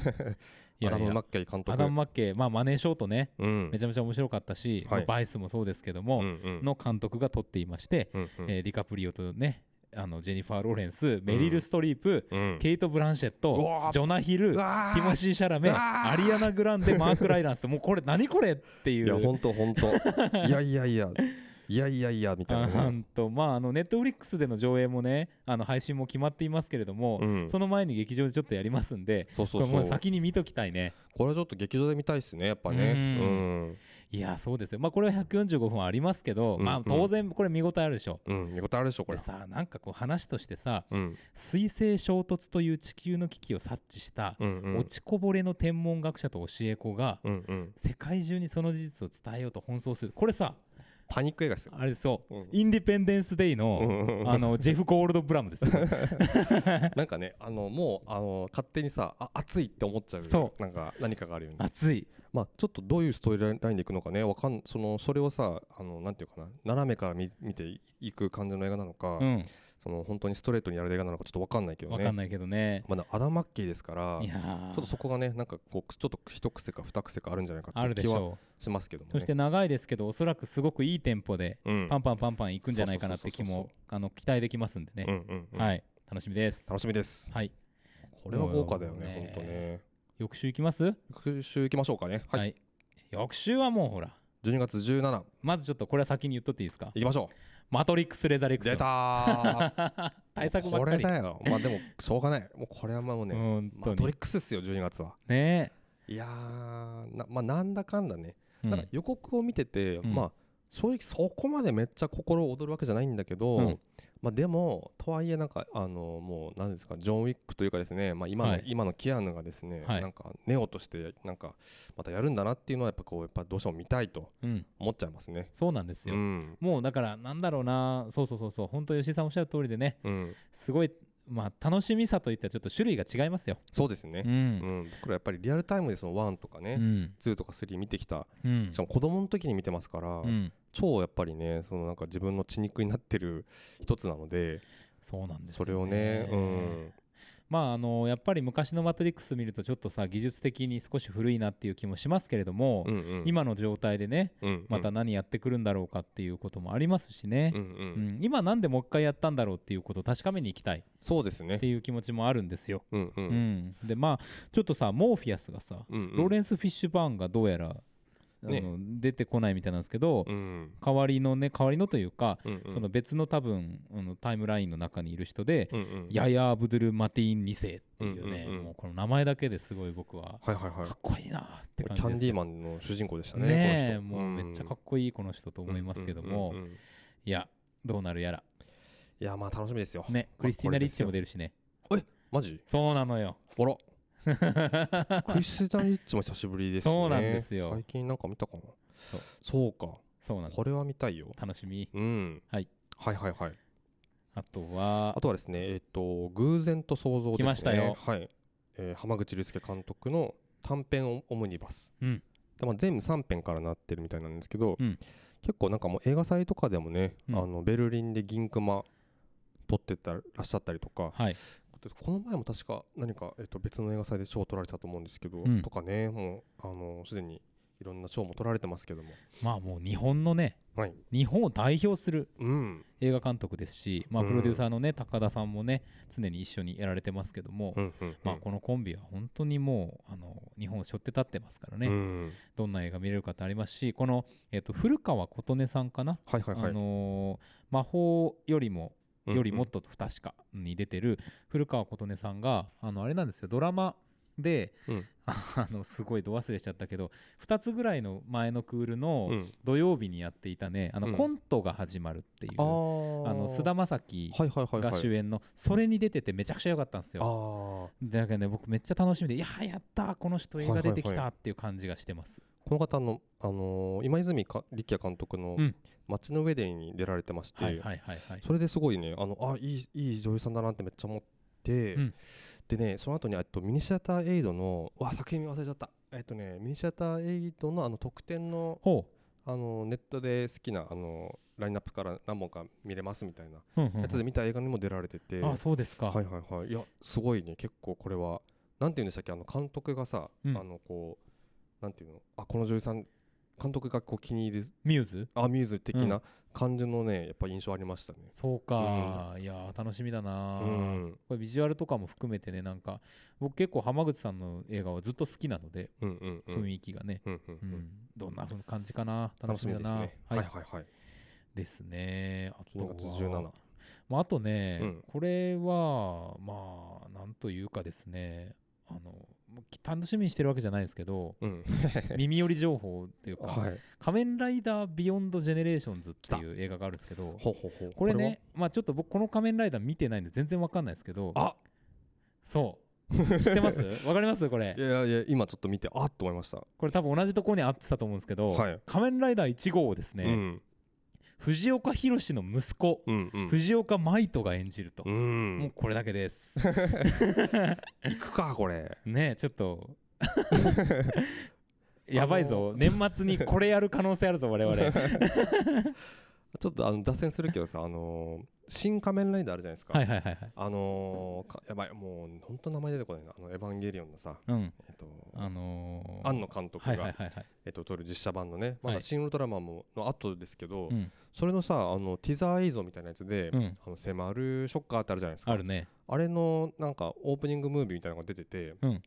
Speaker 1: や
Speaker 2: アダ
Speaker 1: い
Speaker 2: ム・マ
Speaker 1: や
Speaker 2: ッケイ監督
Speaker 1: アダム・マッケイまあマネーショートね
Speaker 2: うん
Speaker 1: めちゃめちゃ面白かったし、
Speaker 2: はい
Speaker 1: まあバイスもそうですけども、
Speaker 2: うんうん
Speaker 1: の監督が撮っていまして、
Speaker 2: うんうん
Speaker 1: えーディカプリオとねあのジェニファー・ローレンスメリル・ストリープ、
Speaker 2: うん
Speaker 1: ケイト・ブランシェッ
Speaker 2: う
Speaker 1: ト
Speaker 2: わー
Speaker 1: ジョナ・ヒル
Speaker 2: うわー
Speaker 1: ティモシー・シャラメ
Speaker 2: うわー
Speaker 1: アリアナ・グランデマーク・ライランスってもうこれ何これってい
Speaker 2: いや
Speaker 1: う。
Speaker 2: 本当 本当いやいやいやいやいやいやみたい
Speaker 1: あ
Speaker 2: な
Speaker 1: ー
Speaker 2: ね、
Speaker 1: んとまああのネットフリックスでの上映もねあの配信も決まっていますけれども、
Speaker 2: うん
Speaker 1: その前に劇場でちょっとやりますんで
Speaker 2: そうそう
Speaker 1: これ
Speaker 2: そ
Speaker 1: もう
Speaker 2: う
Speaker 1: 先に見ときたいね
Speaker 2: これはちょっと劇場で見たいっすねやっぱね
Speaker 1: う
Speaker 2: うんん
Speaker 1: いやそうですよまあこれは145分ありますけど、
Speaker 2: うん
Speaker 1: まあ当然これ見応えあるでしょ
Speaker 2: うん見事あるでしょこ
Speaker 1: で
Speaker 2: れ
Speaker 1: さなんかこう話としてさ
Speaker 2: うん
Speaker 1: 水星衝突という地球の危機を察知した
Speaker 2: うんうん
Speaker 1: 落ちこぼれの天文学者と教え子が
Speaker 2: うんうん
Speaker 1: 世界中にその事実を伝えようと奔走するこれさ
Speaker 2: パニック映画っすよ
Speaker 1: あれそう、
Speaker 2: うん
Speaker 1: インディペンデンス・デイ
Speaker 2: うん
Speaker 1: の、
Speaker 2: うんうん
Speaker 1: あのジェフ・ゴールド・ブラムですよ
Speaker 2: なんかねあのもうあの勝手にさあ熱いって思っちゃう
Speaker 1: そ
Speaker 2: なんか何かがあるよね
Speaker 1: 熱い
Speaker 2: まあちょっとどういうストーリーラインでいくのかねわかんそのそれをさあのなんていうかな斜めから見見ていく感じの映画なのか、
Speaker 1: うん
Speaker 2: その本当にストレートにやる映画なのかちょっとわかんないけど
Speaker 1: わ
Speaker 2: ね
Speaker 1: かんないけどね
Speaker 2: まだアダマッキーですから
Speaker 1: いや
Speaker 2: ちょ
Speaker 1: ー
Speaker 2: っとそこがねなんかこうちょっと一癖か二癖かあるんじゃないか
Speaker 1: あ
Speaker 2: っ
Speaker 1: る
Speaker 2: て
Speaker 1: で
Speaker 2: 気
Speaker 1: し
Speaker 2: は
Speaker 1: ょ
Speaker 2: しますけども
Speaker 1: う
Speaker 2: ね
Speaker 1: そして長いですけどおそらくすごくいいテンポで
Speaker 2: うん
Speaker 1: パンパンパンパンいくんじゃないかなって気
Speaker 2: そうそう
Speaker 1: も
Speaker 2: そ
Speaker 1: あの期待できますんで
Speaker 2: うん
Speaker 1: ね、
Speaker 2: うんうん
Speaker 1: はい楽しみです
Speaker 2: 楽しみです
Speaker 1: はい
Speaker 2: これは豪華だよ
Speaker 1: もうね
Speaker 2: ね本当ね
Speaker 1: 翌週いきます
Speaker 2: 復習いきましょうかねはい、
Speaker 1: はい、翌週はもうほら
Speaker 2: 12月17
Speaker 1: まずちょっとこれは先に言っとっていいですか
Speaker 2: いきましょ
Speaker 1: 「マトリックス・レザレ
Speaker 2: う
Speaker 1: クショ
Speaker 2: 出
Speaker 1: ン
Speaker 2: た」ー
Speaker 1: 対策ば
Speaker 2: こ
Speaker 1: っか
Speaker 2: れ
Speaker 1: り
Speaker 2: だよまあでもしょうがないもうこれはもうね
Speaker 1: 本当
Speaker 2: マト
Speaker 1: に
Speaker 2: リックスっすよ12月は
Speaker 1: ね
Speaker 2: いやーなまあなんだかんだね、
Speaker 1: え、うん
Speaker 2: なんか予告を見てて、
Speaker 1: うん
Speaker 2: まあ正直そこまでめっちゃ心躍るわけじゃないんだけど、
Speaker 1: うん
Speaker 2: まあでもとはいえなんかあのもう何ですかジョン・ウィックというかですね、まあ、今の、
Speaker 1: はい
Speaker 2: 今のキアヌがですね、
Speaker 1: はい
Speaker 2: なんかネオとしてなんかまたやるんだなっていうのはやっぱこうやっぱどうしても見たいと
Speaker 1: うん
Speaker 2: 思っちゃいますね。
Speaker 1: そうなんです
Speaker 2: う
Speaker 1: よ、
Speaker 2: ん
Speaker 1: もうだからなんだろうなそうそうそうそう本当吉井さんおっしゃる通りでね
Speaker 2: うん、
Speaker 1: すごいまあ楽しみさといったらちょっと種類が違いますよ
Speaker 2: そうです
Speaker 1: う
Speaker 2: ね、うん
Speaker 1: ん
Speaker 2: 僕らやっぱりリアルタイムでその1とか
Speaker 1: う
Speaker 2: ね、
Speaker 1: ん
Speaker 2: 2とか3見てきた
Speaker 1: うん
Speaker 2: しかも子供の時に見てますから、
Speaker 1: うん
Speaker 2: 超やっぱりねそのなんか自分の血肉になってる一つなので
Speaker 1: そうなんです
Speaker 2: そ
Speaker 1: よ
Speaker 2: れをねうん
Speaker 1: まああのやっぱり昔の「マトリックス」見るとちょっとさ技術的に少し古いなっていう気もしますけれども、
Speaker 2: うんうん
Speaker 1: 今の状態でね
Speaker 2: うんうん
Speaker 1: また何やってくるんだろうかっていうこともありますしね、
Speaker 2: うんう
Speaker 1: うんん今なんでもう一回やったんだろうっていうことを確かめに行きたいっ
Speaker 2: そうですね
Speaker 1: ていう気持ちもあるんですよ。
Speaker 2: うんう
Speaker 1: うんん、でまあちょっとさモーフィアスがさ、
Speaker 2: うんうん
Speaker 1: ローレンス・フィッシュバーンがどうやら、
Speaker 2: ね
Speaker 1: あの出てこないみたいなんですけど、
Speaker 2: うん
Speaker 1: 代わりのね代わりのというか、
Speaker 2: うんうん
Speaker 1: その別の多分あのタイムラインの中にいる人で、
Speaker 2: うんうん
Speaker 1: ヤヤ・アブドゥル・マティーン2世っていうね、
Speaker 2: うんうんうん
Speaker 1: もうこの名前だけですごい僕は
Speaker 2: はいはいはい
Speaker 1: かっこいいなって感
Speaker 2: キ
Speaker 1: じ
Speaker 2: ャ
Speaker 1: です
Speaker 2: ンディーマンの主人公でしたね
Speaker 1: ねえ
Speaker 2: この人
Speaker 1: もうめっちゃかっこいいこの人と思いますけども、
Speaker 2: うんうんうんうん
Speaker 1: いやどうなるやら
Speaker 2: いやまあ楽しみですよ
Speaker 1: ねクリスティーナ・リッチも出るしね
Speaker 2: マジ
Speaker 1: そうなのよ
Speaker 2: あらクリスティーナ・リッチも久しぶりですね
Speaker 1: そうなんですよ
Speaker 2: 最近なんか見たかな
Speaker 1: そう
Speaker 2: そうか
Speaker 1: そうなんです
Speaker 2: これは見たいよ
Speaker 1: 楽しみ
Speaker 2: うん
Speaker 1: はい
Speaker 2: はいはいはい
Speaker 1: あとは
Speaker 2: あとはですね、えっと偶然と想像
Speaker 1: 来
Speaker 2: ですね。
Speaker 1: ましたよ
Speaker 2: はい。えー浜口竜介監督の短編オオムニバス。
Speaker 1: うん
Speaker 2: でまあ、全部3編からなってるみたいなんですけど、
Speaker 1: うん
Speaker 2: 結構なんかもう映画祭とかでもね、
Speaker 1: うん
Speaker 2: あのベルリンで銀熊撮ってたらっしゃったりとか、
Speaker 1: はい
Speaker 2: この前も確か何か、えっと別の映画祭で賞を取られたと思うんですけど、
Speaker 1: うん
Speaker 2: とかね、もうあのすでにいろんな賞も取られてますけども、
Speaker 1: まあもう日本のね
Speaker 2: はい、
Speaker 1: 日本を代表する
Speaker 2: うん、
Speaker 1: 映画監督ですし、まあ、
Speaker 2: うん
Speaker 1: プロデューサーのね、高田さんもね常に一緒にやられてますけども、
Speaker 2: うん、うん、
Speaker 1: まあ、このコンビは本当にもうあの日本を背負って立ってますからね、
Speaker 2: うん、
Speaker 1: どんな映画見れるかってありますしこの、えっと古川琴音さんかな、
Speaker 2: はいはいはい、
Speaker 1: あのー魔法よりも
Speaker 2: うん
Speaker 1: よりもっ、と不確かに出てる古川琴音さんがあのあれなんですよドラマで、
Speaker 2: うん
Speaker 1: あのすごいど忘れしちゃったけど2つぐらいの前のクールの
Speaker 2: うん、
Speaker 1: 土曜日にやっていたねあ
Speaker 2: う
Speaker 1: の
Speaker 2: ん
Speaker 1: コントが始まるっていう、あ
Speaker 2: あ
Speaker 1: の菅田将暉
Speaker 2: はいはいはいはい
Speaker 1: が主演のそれに出ててめちゃくちゃ良かったんですよ
Speaker 2: ああ
Speaker 1: だからね僕めっちゃ楽しみでいやーやったーこの人映画出てき
Speaker 2: はいはい
Speaker 1: た
Speaker 2: は
Speaker 1: っていう感じがしてます
Speaker 2: この方の、あのー今泉か力也監督の
Speaker 1: うん
Speaker 2: 「街の上で」に出られてまして、
Speaker 1: はいはいはいはい
Speaker 2: それですごいねあのあいいいい女優さんだなってめっちゃ思って、
Speaker 1: うん
Speaker 2: でねその後にえっとミニシアターエイドのうわ作品忘れちゃったえっとねミニシアターエイドのあの特典の、
Speaker 1: ほ
Speaker 2: あのネットで好きな、あのラインナップから何本か見れますみたいな
Speaker 1: う、うんうんうん
Speaker 2: やつで見た映画にも出られてて、
Speaker 1: あそうですか、
Speaker 2: はいはいはいいやすごいね結構これはなんていうんでしたっけあの監督がさ、
Speaker 1: うん
Speaker 2: あのこうなんていうのあこの女優さん監督がこう気に入る
Speaker 1: ミューズ
Speaker 2: アミューズ的
Speaker 1: うん
Speaker 2: な感じのね、やっぱ印象ありましたね
Speaker 1: そうか、いやー楽しみだなー、
Speaker 2: うん
Speaker 1: これビジュアルとかも含めてねなんか僕結構浜口さんの映画はずっと好きなので
Speaker 2: うんうんうん
Speaker 1: 雰囲気がね、
Speaker 2: うんうんう
Speaker 1: うん
Speaker 2: ん
Speaker 1: どんな感じかな楽
Speaker 2: 楽
Speaker 1: し
Speaker 2: し
Speaker 1: み
Speaker 2: み
Speaker 1: だ
Speaker 2: です
Speaker 1: な
Speaker 2: ね
Speaker 1: は
Speaker 2: はいいはいはい
Speaker 1: ですねあと
Speaker 2: 10
Speaker 1: は
Speaker 2: 月17
Speaker 1: まあ、あとね、
Speaker 2: うん
Speaker 1: これはまあなんというかですねあのもうき楽しみにしてるわけじゃないですけど
Speaker 2: うん
Speaker 1: 耳寄り情報っていうか「
Speaker 2: はい
Speaker 1: 仮面ライダービヨンド・ジェネレーションズ」っていう映画があるんですけど
Speaker 2: ほうほうほう
Speaker 1: これねまあちょっと僕この仮面ライダー見てないんで全然わかんないですけど
Speaker 2: あ
Speaker 1: そう 知ってますわかりますこれ
Speaker 2: これはいやいや今ちょっと見てあっと思いました
Speaker 1: これ多分同じところにあってたと思うんですけど、
Speaker 2: はい
Speaker 1: 仮面ライダー1号をですね、
Speaker 2: うん
Speaker 1: 藤岡弘の息子、
Speaker 2: うんうん
Speaker 1: 藤岡舞人が演じると
Speaker 2: う、ん
Speaker 1: もうこれだけです
Speaker 2: 行くかこれ
Speaker 1: ねえちょっ とやばいぞ年末にこれやる可能性あるぞ我 々
Speaker 2: ちょっとあの脱線するけどさあのー新仮面ライダーあるじゃないですか
Speaker 1: はいはいはいはい
Speaker 2: あのーかやばいもう本当名前出てこないなあのエヴァンゲリオンのさ
Speaker 1: うん
Speaker 2: えっと
Speaker 1: あのー、
Speaker 2: 庵野監督
Speaker 1: はいはい
Speaker 2: が
Speaker 1: はいはい
Speaker 2: えっと撮る実写版のねま
Speaker 1: は
Speaker 2: だ
Speaker 1: い
Speaker 2: 新ウルトラマンもの後ですけど
Speaker 1: うん
Speaker 2: それのさあのティザー映像みたいなやつで
Speaker 1: うん
Speaker 2: あの迫るショッカーってあるじゃないです
Speaker 1: あ
Speaker 2: か
Speaker 1: るね
Speaker 2: あれのなんかオープニングムービーみたいなのが出てて
Speaker 1: うん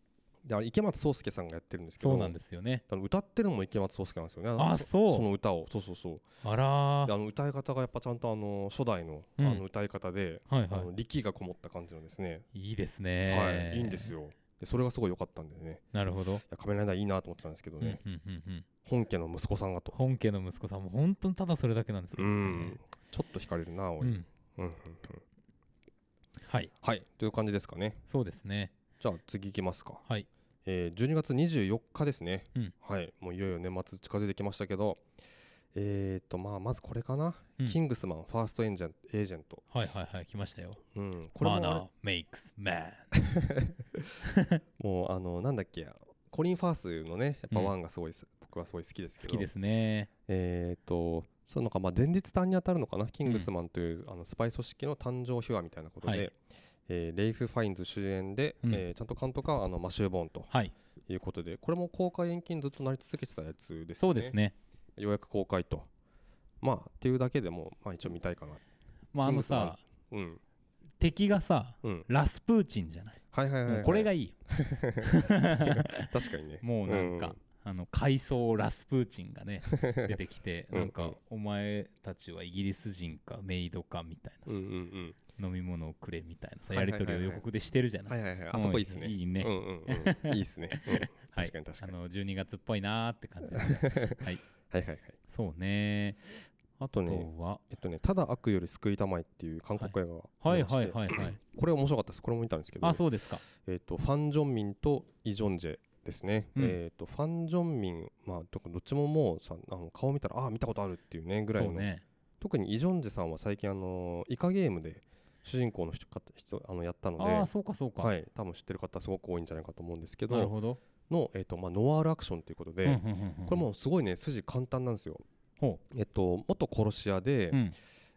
Speaker 2: であれ池松壮亮さんがやってるんですけど
Speaker 1: そうなんですよね
Speaker 2: あの歌ってるのも池松壮亮なんですよねの
Speaker 1: あそう
Speaker 2: その歌をそうそうそう
Speaker 1: あらー
Speaker 2: であの歌い方がやっぱちゃんとあの初代のあ
Speaker 1: うん
Speaker 2: の歌い方で
Speaker 1: はい
Speaker 2: あ
Speaker 1: は
Speaker 2: の力がこもった感じのですね
Speaker 1: いいいですね、
Speaker 2: はい、いいんですよでそれがすごい良かったんでね
Speaker 1: なるほど
Speaker 2: い、や仮面ライダーいいなと思ってたんですけど
Speaker 1: うん
Speaker 2: ね、
Speaker 1: うんうんうん
Speaker 2: 本家の息子さんがと
Speaker 1: 本家の息子さんも本当にただそれだけなんですけ
Speaker 2: う
Speaker 1: どね
Speaker 2: んちょっと惹かれるなおい、
Speaker 1: う
Speaker 2: うん
Speaker 1: ん
Speaker 2: うんうん、
Speaker 1: はい
Speaker 2: はいという感じですかね
Speaker 1: そうですね
Speaker 2: じゃあ次いきますか、
Speaker 1: はい
Speaker 2: えー、12月24日ですね、
Speaker 1: うん
Speaker 2: はいもういよいよ年末近づいてきましたけどえー、とまあまずこれかな、
Speaker 1: うん
Speaker 2: キングスマンファーストエンジェンエージェント、
Speaker 1: はいはいはい来ましたよ
Speaker 2: うん、これ
Speaker 1: マ
Speaker 2: もあ
Speaker 1: ナ
Speaker 2: れ
Speaker 1: ーメイクスマン
Speaker 2: もうあのなんだっけコリン・ファースのねやっぱ
Speaker 1: うん
Speaker 2: ワンがすごいす、僕はすごい好きですけ
Speaker 1: 好
Speaker 2: ど
Speaker 1: きですね
Speaker 2: えー、とそのか、まあ、前日単に当たるのかなキングスマンという、あのスパイ組織の誕生秘話みたいなことで、
Speaker 1: はい
Speaker 2: えーレイフ・ファインズ主演で、
Speaker 1: うん
Speaker 2: えーちゃんと監督はあのマシュー・ボーンと
Speaker 1: はい
Speaker 2: いうことでこれも公開延期にずっとなり続けてたやつですね
Speaker 1: そうですね
Speaker 2: ようやく公開とまあっていうだけでも、まあ、一応見たいかな
Speaker 1: まああ
Speaker 2: キン
Speaker 1: の
Speaker 2: グスマン
Speaker 1: さ
Speaker 2: うん
Speaker 1: 敵がさ
Speaker 2: うん
Speaker 1: ラスプーチンじゃない
Speaker 2: はいはいはいはい、
Speaker 1: もうこれがいいよ
Speaker 2: 確かにね
Speaker 1: もうなんか、あの階層ラスプーチンが ね出てきて
Speaker 2: うん
Speaker 1: なんかお前たちはイギリス人かメイドかみたいな
Speaker 2: う
Speaker 1: さ
Speaker 2: んうんうん
Speaker 1: 飲み物をくれみたいなさ
Speaker 2: は
Speaker 1: や
Speaker 2: いはい
Speaker 1: り
Speaker 2: はいはい
Speaker 1: 取りを予告でしてるじゃ
Speaker 2: うん
Speaker 1: な
Speaker 2: はいいはいはいあそこいいですね
Speaker 1: いいね
Speaker 2: うんうんうんいいですね、う ん
Speaker 1: はい
Speaker 2: 確かに確かに
Speaker 1: あ の12月っぽいなーって感じですねはい
Speaker 2: はいはいはい
Speaker 1: そうね
Speaker 2: あとね
Speaker 1: は
Speaker 2: えっとね「ただ悪より救いたまえ」っていう韓国映画があ
Speaker 1: は
Speaker 2: り
Speaker 1: い
Speaker 2: まして
Speaker 1: はいはいはい
Speaker 2: これ面白かったですこれも見たんですけど
Speaker 1: あそうですか
Speaker 2: えっとファン・ジョンミンとイ・ジョンジェですね、
Speaker 1: うん
Speaker 2: えっとファン・ジョンミン、まあ、どどっちももうさあの顔見たらああ見たことあるっていうねぐらい
Speaker 1: そう
Speaker 2: の、
Speaker 1: ね
Speaker 2: 特にイ・ジョンジェさんは最近あのイカゲームで主人公の人か人あのやったので
Speaker 1: ああそうかそうか
Speaker 2: はい、多分知ってる方すごく多いんじゃないかと思うんですけど
Speaker 1: なるほど
Speaker 2: の、えっとまあ、ノワールアクションということで、
Speaker 1: うんうんうんうん
Speaker 2: これもうすごいね筋簡単なんですよ。
Speaker 1: ほ
Speaker 2: えっと、元殺し屋で、
Speaker 1: ううん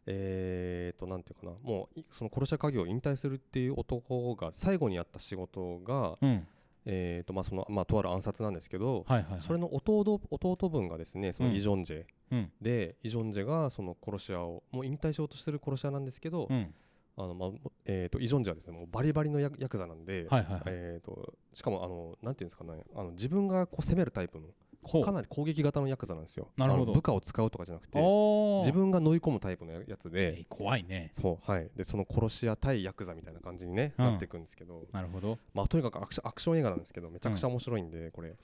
Speaker 2: えーっとなんていうかなもういその殺し屋家業を引退するっていう男が最後にやった仕事が、
Speaker 1: うん
Speaker 2: えーっとまあそのまあ、とある暗殺なんですけど、
Speaker 1: はいはいはい
Speaker 2: それの弟弟分がですねその
Speaker 1: うん
Speaker 2: イ・ジョンジェ、
Speaker 1: うん
Speaker 2: でイ・ジョンジェがその殺し屋をもう引退しようとしてる殺し屋なんですけど、
Speaker 1: うん
Speaker 2: あのまあえーっとイ・ジョンジェはですねもうバリバリのヤクヤクザなんで、
Speaker 1: はいはいはい
Speaker 2: えー、としかもあのなんていうんですかねあの自分がこう攻めるタイプの
Speaker 1: ほう
Speaker 2: かなり攻撃型のヤクザなんですよ
Speaker 1: なるほど
Speaker 2: あの部下を使うとかじゃなくて
Speaker 1: おー
Speaker 2: 自分が乗り込むタイプのややつ
Speaker 1: え
Speaker 2: で
Speaker 1: い怖いね
Speaker 2: そうはいでその殺し屋対ヤクザみたいな感じに、ね
Speaker 1: うん
Speaker 2: なっていくんですけど、
Speaker 1: なるほど
Speaker 2: まあ、とにかくアクションアクション映画なんですけどめちゃくちゃ面白いんで、これ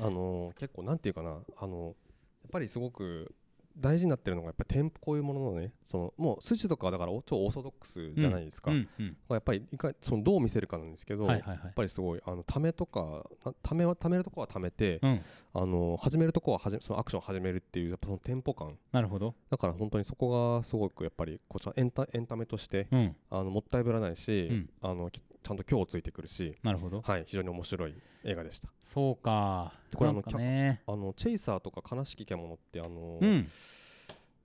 Speaker 2: あのー結構なんていうかなあのーやっぱりすごく大事になってるのがやっぱりテンポこういうもののねそのもう筋とかはだからお超オーソドックスじゃないですか、
Speaker 1: うんうん
Speaker 2: やっぱりいかそのどう見せるかなんですけど、
Speaker 1: はいはいは
Speaker 2: やっ
Speaker 1: い
Speaker 2: ぱりすごいあのためとかなためはためるとこはためて、
Speaker 1: うん
Speaker 2: あの始めるとこははじめそのアクションを始めるっていうやっぱそのテンポ感
Speaker 1: なるほど
Speaker 2: だから本当にそこがすごくやっぱりこちらエンタエンタメとして
Speaker 1: うん
Speaker 2: あのもったいぶらないし、
Speaker 1: うん
Speaker 2: あのきちゃんと今日ついてくるし、
Speaker 1: なるほど
Speaker 2: はい、非常に面白い映画でした
Speaker 1: そうか
Speaker 2: これ
Speaker 1: な
Speaker 2: あの
Speaker 1: んかね
Speaker 2: あのチェイサーとか悲しき獣ってあの、
Speaker 1: うん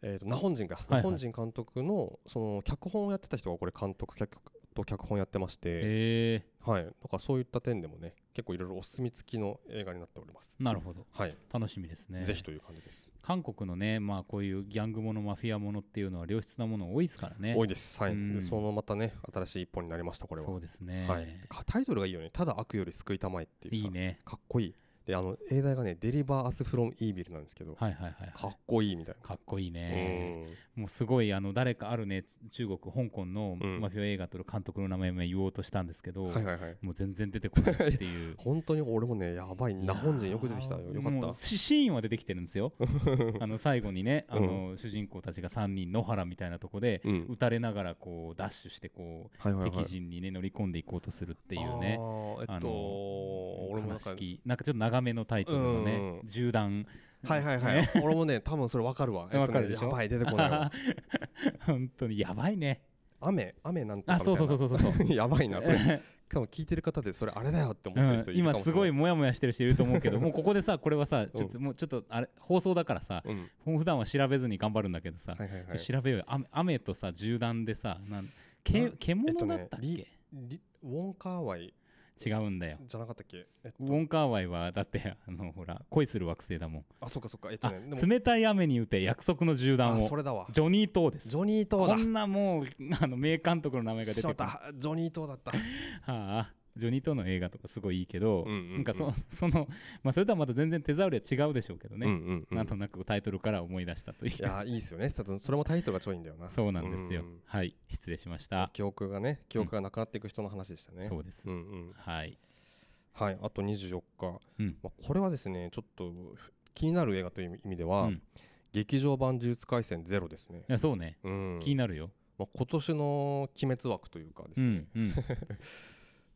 Speaker 2: えー、とナホン人か、
Speaker 1: いはい
Speaker 2: ナホン人監督のその脚本をやってた人がこれ監督脚と脚本やってまして、
Speaker 1: え
Speaker 2: はい、なんかそういった点でもね結構いろいろお墨付きの映画になっております
Speaker 1: ーなるほど
Speaker 2: はい、
Speaker 1: 楽しみですね
Speaker 2: ぜひという感じです。
Speaker 1: 韓国のねまあこういうギャングものマフィアものっていうのは良質なもの多いですからね
Speaker 2: 多いです。はい。
Speaker 1: うん
Speaker 2: でそのまたね新しい一本になりましたこれは。
Speaker 1: そうですね、
Speaker 2: はい。かタイトルがいいよね。ただ悪より救いたまえっていう
Speaker 1: い
Speaker 2: さ。
Speaker 1: いね
Speaker 2: かっこいい。であの映題がねデリバーアスフロムイービルなんですけど、
Speaker 1: はいはいはい
Speaker 2: かっこいいみたい
Speaker 1: かっこいい
Speaker 2: な。
Speaker 1: ねもうすごいあの誰かあるね中国香港の
Speaker 2: うん
Speaker 1: マフィア映画撮る監督の名前も言おうとしたんですけど、
Speaker 2: うん。はいはいはい。
Speaker 1: もう全然出てこないっていう
Speaker 2: 本当に俺もねやばい。 日本人よく出てきたよ。よかっ
Speaker 1: も
Speaker 2: た
Speaker 1: う。シシーンは出てきてるんです よあの最後にねあの、主人公たちが3人野原みたいなとこで、
Speaker 2: うん
Speaker 1: 撃たれながらこうダッシュしてこう、
Speaker 2: はいはいはい。
Speaker 1: 敵陣にね乗り込んでいこうとするっていうね
Speaker 2: あー。え
Speaker 1: あ
Speaker 2: っと
Speaker 1: の
Speaker 2: 俺もな
Speaker 1: 悲
Speaker 2: んか
Speaker 1: し。きなんかちょっと長めのタイトルのね、
Speaker 2: うんうん
Speaker 1: 銃弾
Speaker 2: はいはいはい。俺もね多分それわかるわ。えっと
Speaker 1: わ
Speaker 2: ね
Speaker 1: かるでしょ
Speaker 2: やばい出てこな いわ。
Speaker 1: 本当にやばいね
Speaker 2: 雨雨なんとか
Speaker 1: あ
Speaker 2: みたいな。
Speaker 1: そうそうそうそうそう
Speaker 2: やばいなこれ。しかも聞いてる方でそれあれだよって思
Speaker 1: う
Speaker 2: って
Speaker 1: ん
Speaker 2: る人いるか
Speaker 1: 今
Speaker 2: もし
Speaker 1: す
Speaker 2: れな
Speaker 1: ごい
Speaker 2: い。
Speaker 1: モヤモヤしてる人いると思うけどもうここでさこれはさちょっともうちょっとあれ放送だからさ
Speaker 2: うん。
Speaker 1: もう普段は調べずに頑張るんだけどさ、
Speaker 2: はいはいは
Speaker 1: ちょっ
Speaker 2: い
Speaker 1: と。調べようよ雨雨とさ銃弾でさなんけ
Speaker 2: な
Speaker 1: 獣だったっけ、
Speaker 2: えっとねリウォンカーワイ
Speaker 1: 違うんだよ
Speaker 2: じゃなかったっけ？えっ
Speaker 1: ウ
Speaker 2: と
Speaker 1: ォンカーワイはだってあのほら恋する惑星だもん、
Speaker 2: あそうかそうかえっと
Speaker 1: あ
Speaker 2: ねでも
Speaker 1: 冷たい雨に打て約束の銃弾
Speaker 2: あ
Speaker 1: を
Speaker 2: それだわ。
Speaker 1: ジョニー・トーです
Speaker 2: ジョニー島
Speaker 1: こ
Speaker 2: だ。
Speaker 1: んなもうあの名監督の名前が出て
Speaker 2: し
Speaker 1: く
Speaker 2: ま
Speaker 1: る
Speaker 2: ったジョニー島だった。
Speaker 1: はあジョニーとの映画とかすごいいいけど、
Speaker 2: うんうんうん
Speaker 1: なんかそその、まあ、それとはまた全然手触りは違うでしょうけどね、
Speaker 2: ん
Speaker 1: なんとなくタイトルから思い出したという
Speaker 2: いやいいですよね。ただそれもタイトルがちょいんだよな。
Speaker 1: そうなんですよ、
Speaker 2: うん
Speaker 1: はい失礼しました、
Speaker 2: 記憶がね記憶がなくなっていく人の話でしたね。
Speaker 1: そうです、
Speaker 2: うんうん。
Speaker 1: はい
Speaker 2: はいあと24日。
Speaker 1: うん
Speaker 2: まあこれはですねちょっと気になる映画という意味では、
Speaker 1: うんい
Speaker 2: 劇場版呪術廻戦ゼロですね。
Speaker 1: やそうね、
Speaker 2: うん。
Speaker 1: 気になるよ、
Speaker 2: まあ今年の鬼滅枠というかです
Speaker 1: う
Speaker 2: ね
Speaker 1: ん。うん、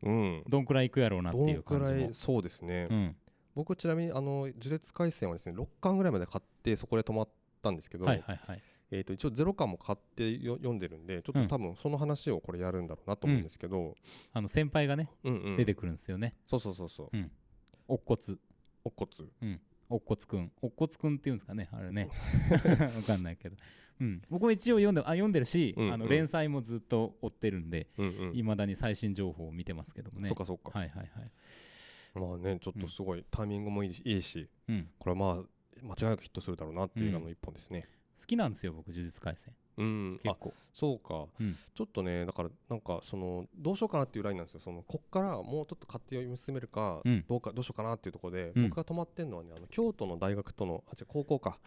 Speaker 2: うん。
Speaker 1: どんくらいいくやろうなって
Speaker 2: ど
Speaker 1: い
Speaker 2: ん
Speaker 1: う感
Speaker 2: く
Speaker 1: じも
Speaker 2: らいそうですね、
Speaker 1: うん
Speaker 2: 僕ちなみにあの「呪術廻戦」はですね6巻ぐらいまで買ってそこで止まったんですけど、
Speaker 1: はいはいはい
Speaker 2: えー、と一応0巻も買ってよ読んでるんでちょっと多分その話をこれやるんだろうなと思うんですけど、
Speaker 1: あの先輩がね
Speaker 2: うんうん
Speaker 1: 出てくるんですよね、
Speaker 2: そうそうそうそう
Speaker 1: おっこつ
Speaker 2: お骨
Speaker 1: おっこつくんおっこつくんっていうんですかねあれ ねわかんないけど、うん、僕も一応読んであ読んでるし、
Speaker 2: うんうん
Speaker 1: あの連載もずっと追ってるんで
Speaker 2: うんうん、
Speaker 1: いまだに最新情報を見てますけどもね
Speaker 2: そっかそっか、
Speaker 1: はいはいはい、
Speaker 2: まあねちょっとすごいタイミングもいいしいいし
Speaker 1: うん、
Speaker 2: これはまあ間違いなくヒットするだろうなっていう映画の一本ですね
Speaker 1: 好きなんですよ僕呪術廻戦
Speaker 2: うん、
Speaker 1: 結
Speaker 2: あ
Speaker 1: 構
Speaker 2: そうか、
Speaker 1: うん
Speaker 2: ちょっとねだからなんかそのどうしようかなっていうラインなんですよそのこっからもうちょっと買って読み進めるか、
Speaker 1: うん
Speaker 2: どうかどうしようかなっていうところで、
Speaker 1: うん
Speaker 2: 僕が泊まってんのはねあの京都の大学とのあ違う高校かとの